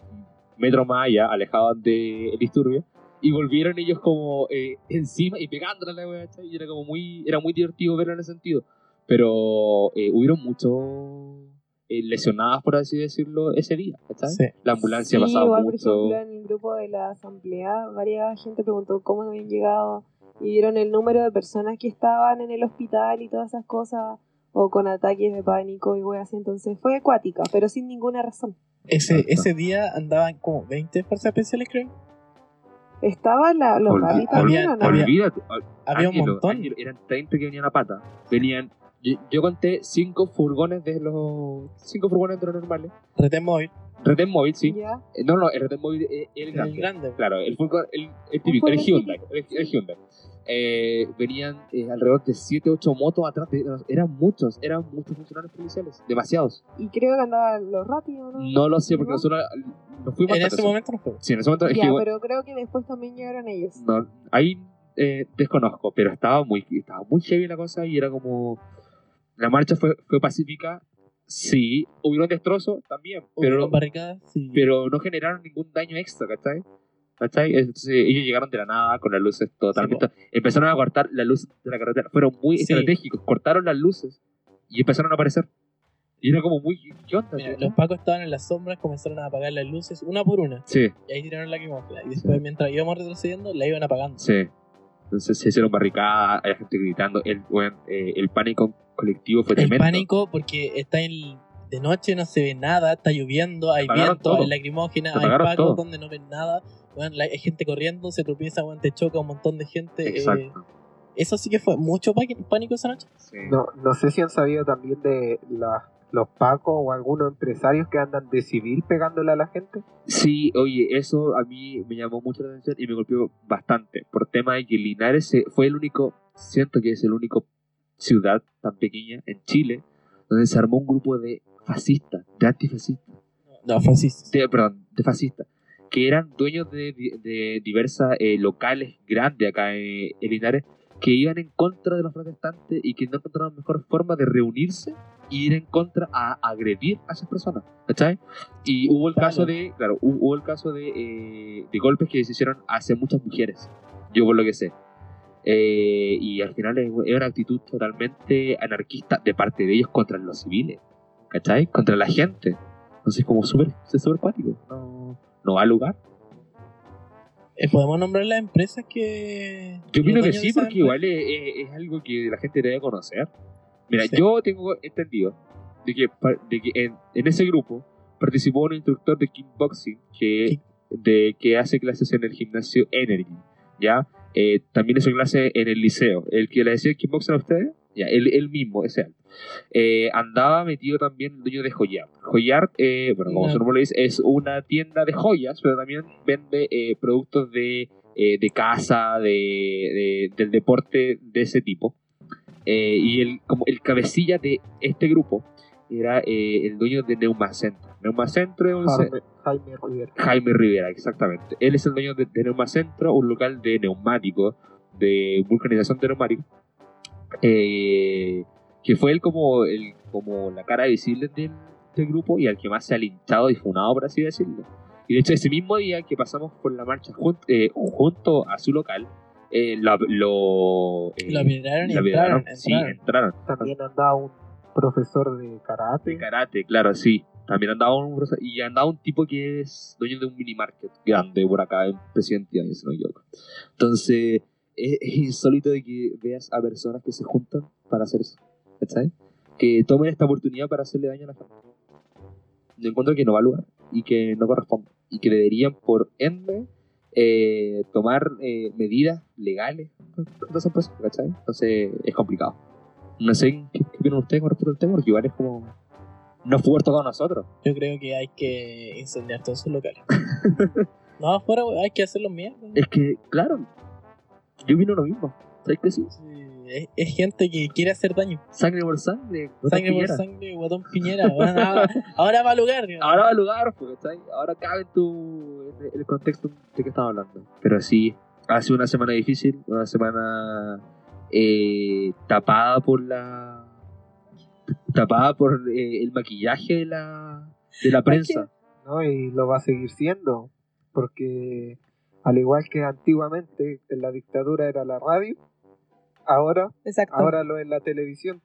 metro más allá, alejada del disturbio. Y volvieron ellos como eh, encima y pegándole a la wea, ¿cachai? Y era como muy, era muy divertido verlo en ese sentido. Pero eh, hubieron muchos eh, lesionadas, por así decirlo, ese día, ¿cachai? Sí. La ambulancia sí, pasaba igual, mucho. por ejemplo, en el grupo de la asamblea, varias gente preguntó cómo habían llegado y dieron el número de personas que estaban en el hospital y todas esas cosas, o con ataques de pánico y weas. así. Entonces fue acuática, pero sin ninguna razón. Ese, Exacto. ese día andaban como 20 fuerzas especiales, creo. ¿Estaba la, los Ol- rally ol- también o no? había- Olvídate, Había un Ángelo, montón. Ángelo, eran 30 que venían a pata. Venían, yo, yo conté 5 furgones de los. 5 furgones de los normales. Retén móvil. Retén móvil, sí. Ya. Eh, No, no, el retén móvil es eh, el grande. El grande. Claro, el furgón, el, el típico, el furgón Hyundai. El, el Hyundai. Eh, venían eh, alrededor de 7, 8 motos atrás. de- eran muchos, eran muchos funcionarios policiales. Demasiados. Y creo que andaban los rally o no. No lo sé, porque ¿No? nosotros eh, nos fuimos En hasta ese eso. momento no fue. Sí, en ese momento. es Ya, que, pero creo que después también llegaron ellos. no, ahí eh, desconozco, pero estaba muy, estaba muy heavy la cosa y era como. La marcha fue, fue pacífica, sí. Hubieron destrozos también, pero, Hubieron barricadas, sí. pero no generaron ningún daño extra, ¿cachai? ¿Cachai? Entonces ellos llegaron de la nada con las luces totalmente. empezaron a cortar la luz de la carretera, fueron muy Sí. estratégicos, cortaron las luces y empezaron a aparecer. Y Y era como muy. ¿Qué onda? Mira, ¿Qué- los pacos estaban en las sombras, comenzaron a apagar las luces una por una. Sí, Y ahí tiraron la quemófila. Y después, mientras íbamos retrocediendo, la iban apagando. sí. Entonces se hicieron barricadas, había gente gritando. El, weón, eh, el pánico colectivo fue El tremendo. pánico, porque está en. De noche no se ve nada, está lloviendo, hay Apagaron viento, todo. hay lacrimógena, Lo hay apagaron pacos todo. donde no ven nada. Bueno, la- hay gente corriendo, se tropieza, bueno, te choca un montón de gente. eh, Exacto. eso sí que fue mucho pa- pánico esa noche. Sí. No, no sé si han sabido también de la- los pacos o algunos empresarios que andan de civil pegándole a la gente. Sí, oye, eso a mí me llamó mucho la atención y me golpeó bastante. Por tema de que Linares se- fue el único, siento que es el único ciudad tan pequeña en Chile donde se armó un grupo de fascistas, de antifascistas, No, Francis. de, perdón, de fascistas, que eran dueños de, di- de diversas eh, locales grandes acá eh, en Linares, que iban en contra de los protestantes y que no encontraron mejor forma de reunirse y ir en contra a agredir a esas personas, ¿cachai? Y hubo el Claro. caso de, claro, hu- hubo el caso de, eh, de golpes que se hicieron hacia muchas mujeres, yo por lo que sé. Eh, y al final es- era una actitud totalmente anarquista de parte de ellos contra los civiles, ¿cachai? Contra la gente. Entonces como súper, es súper cuático, no, no va al lugar. Eh, ¿Podemos nombrar las empresas que.? Yo opino los que dueños de sí, esas porque empresas? igual es, es- es algo que la gente debe conocer. Mira, Sí. yo tengo entendido de que, par- de que en, en ese grupo participó un instructor de kickboxing que, Kick. de, que hace clases en el gimnasio Energy, ¿ya? Eh, también hizo clases en el liceo. El que le decía kickboxing a ustedes, ya, él, él mismo, ese él. Eh, andaba metido también el dueño de Joyard. Joyard, eh, bueno, como Una- su nombre lo dice, es una tienda de joyas, pero también vende eh, productos de, eh, de casa, de, de- del deporte de ese tipo. Eh, y el, como el cabecilla de este grupo era eh, el dueño de Neumacentro. Neumacentro es un ce- Jaime, Jaime Rivera. Jaime Rivera, exactamente. Él es el dueño de, de Neumacentro, un local de neumáticos, de vulcanización de neumáticos, eh, que fue él como, el, como la cara visible del, del grupo y al que más se ha linchado y funado, por así decirlo. Y de hecho, ese mismo día que pasamos por la marcha jun- eh, junto a su local, eh, lo... Lo, eh, Lo miraron y lo entraron. apedrearon. Sí, entraron entraron. También andaba un profesor de karate. de karate, claro, sí. También andaba un ruso- y andaba un tipo que es dueño de un mini market grande por acá en Presidente Ibáñez, si no me equivoco. Entonces, es, es insólito de que veas a personas que se juntan para hacer eso, ¿cachai? Que tomen esta oportunidad para hacerle daño a la gente. Yo encuentro que no va a lugar y que no corresponde y que deberían, por ende, eh, tomar eh, medidas legales contra esas personas, ¿cachai? Entonces, es complicado. No sé qué, qué opinan ustedes con respecto al tema, porque igual es como no fue tocado a nosotros. Yo creo que hay que incendiar todos esos locales. no, afuera weón, hay que hacerlos mierda. Es que, claro, yo vino lo mismo. ¿Sabes qué sí? Sí, Es, es gente que quiere hacer daño. Sangre por sangre. guatón Sangre por piñera. sangre, guatón piñera. weón. ahora, ahora va al lugar. weón. Ahora va al lugar, porque está ahí. Ahora cabe en tu, en el contexto de que estamos hablando. Pero sí, ha sido una semana difícil, una semana eh, tapada por la. tapada por eh, el maquillaje de la, de la prensa. ¿no? Y lo va a seguir siendo, porque al igual que antiguamente en la dictadura era la radio, ahora, Exacto. ahora lo es la televisión.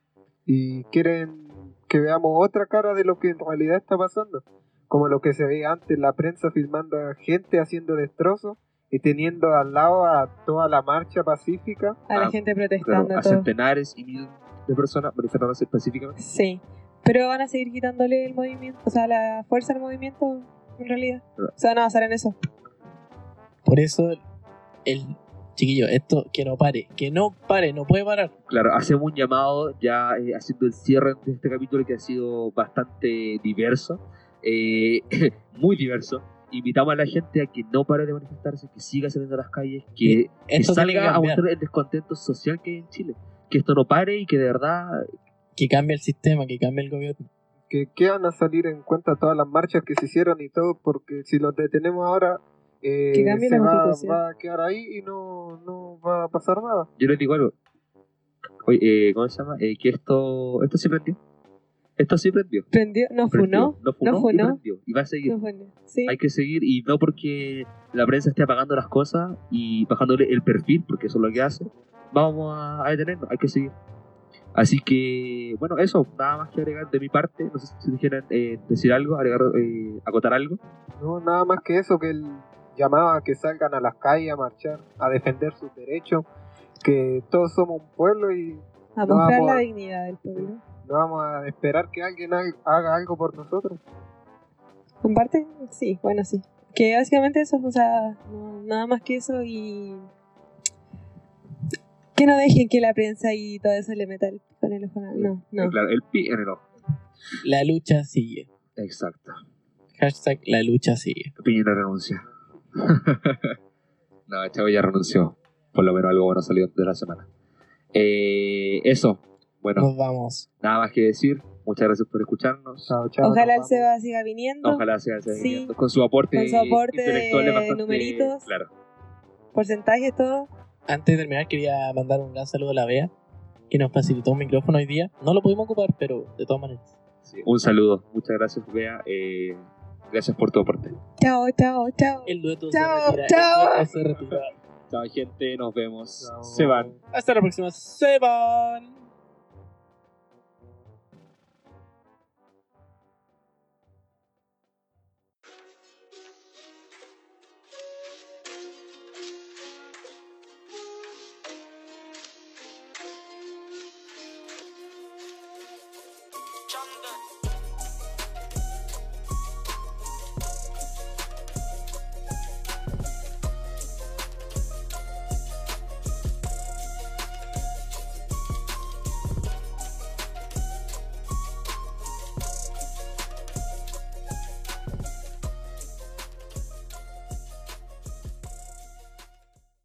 Y quieren que veamos otra cara de lo que en realidad está pasando, como lo que se veía antes, la prensa filmando a gente haciendo destrozos y teniendo al lado a toda la marcha pacífica. a la Ah, gente Claro, protestando a todo. centenares y miles de personas manifestándose específicamente. Sí. Pero van a seguir quitándole el movimiento, o sea, la fuerza al movimiento, en realidad. Claro. O sea, no basar en eso. Por eso, el chiquillo, esto que no pare. Que no pare, no puede parar. Claro, hacemos un llamado ya eh, haciendo el cierre de este capítulo que ha sido bastante diverso, eh, muy diverso. Invitamos a la gente a que no pare de manifestarse, que siga saliendo a las calles, que, que Esto tiene que salga a cambiar. mostrar el descontento social que hay en Chile. Que esto no pare y que de verdad Que cambie el sistema, que cambie el gobierno. que quedan a salir en cuenta todas las marchas que se hicieron y todo, porque si los detenemos ahora, eh, Que cambie se la va, constitución. va a quedar ahí y no, no va a pasar nada. yo les digo algo. Oye, eh, ¿Cómo se llama? Eh, que esto, esto sí prendió. Esto sí prendió. Prendió, no funó, Prendió, No no funó y funó. prendió. Y va a seguir. no funó. Sí, hay que seguir y no porque la prensa esté apagando las cosas y bajándole el perfil, porque eso es lo que hace, vamos a, a detenernos, hay que seguir. Así que, bueno, eso, nada más que agregar de mi parte. No sé si quieran eh, decir algo, agregar, eh, acotar algo. No, nada más que eso, que él llamaba a que salgan a las calles a marchar, a defender sus derechos, que todos somos un pueblo y A mostrar vamos la a- dignidad del pueblo. no vamos a esperar que alguien al- haga algo por nosotros. ¿En parte? Sí, bueno, sí. Que básicamente eso, o sea, no- nada más que eso y. Que no dejen que la prensa y todo eso le meta el pico en el ojo. a- No, no. Eh, Claro, el pi en el ojo. La lucha sigue. Exacto. Hashtag la lucha sigue. Piñera renuncia. no, Chavo ya renunció. Por lo menos algo bueno salió de la semana. Eh, eso. Bueno, Nos vamos. nada más que decir. Muchas gracias por escucharnos. Chao, chao. Ojalá el nos vamos. Seba siga viniendo, Ojalá sea sea Sí. viniendo con su aporte, Con su aporte intelectual de bastante numeritos. Claro. porcentajes, todo. Antes de terminar, quería mandar un gran saludo a la Bea, que nos facilitó un micrófono hoy día. No lo pudimos ocupar, pero de todas maneras. Sí, Un saludo. Muchas gracias, Bea. Eh, gracias por tu aporte. Chao, chao, chao. El dueto Chao, se retira. chao. El dueto se retira. Chao, gente. Nos vemos. Chao. Se van. Hasta la próxima. Se van.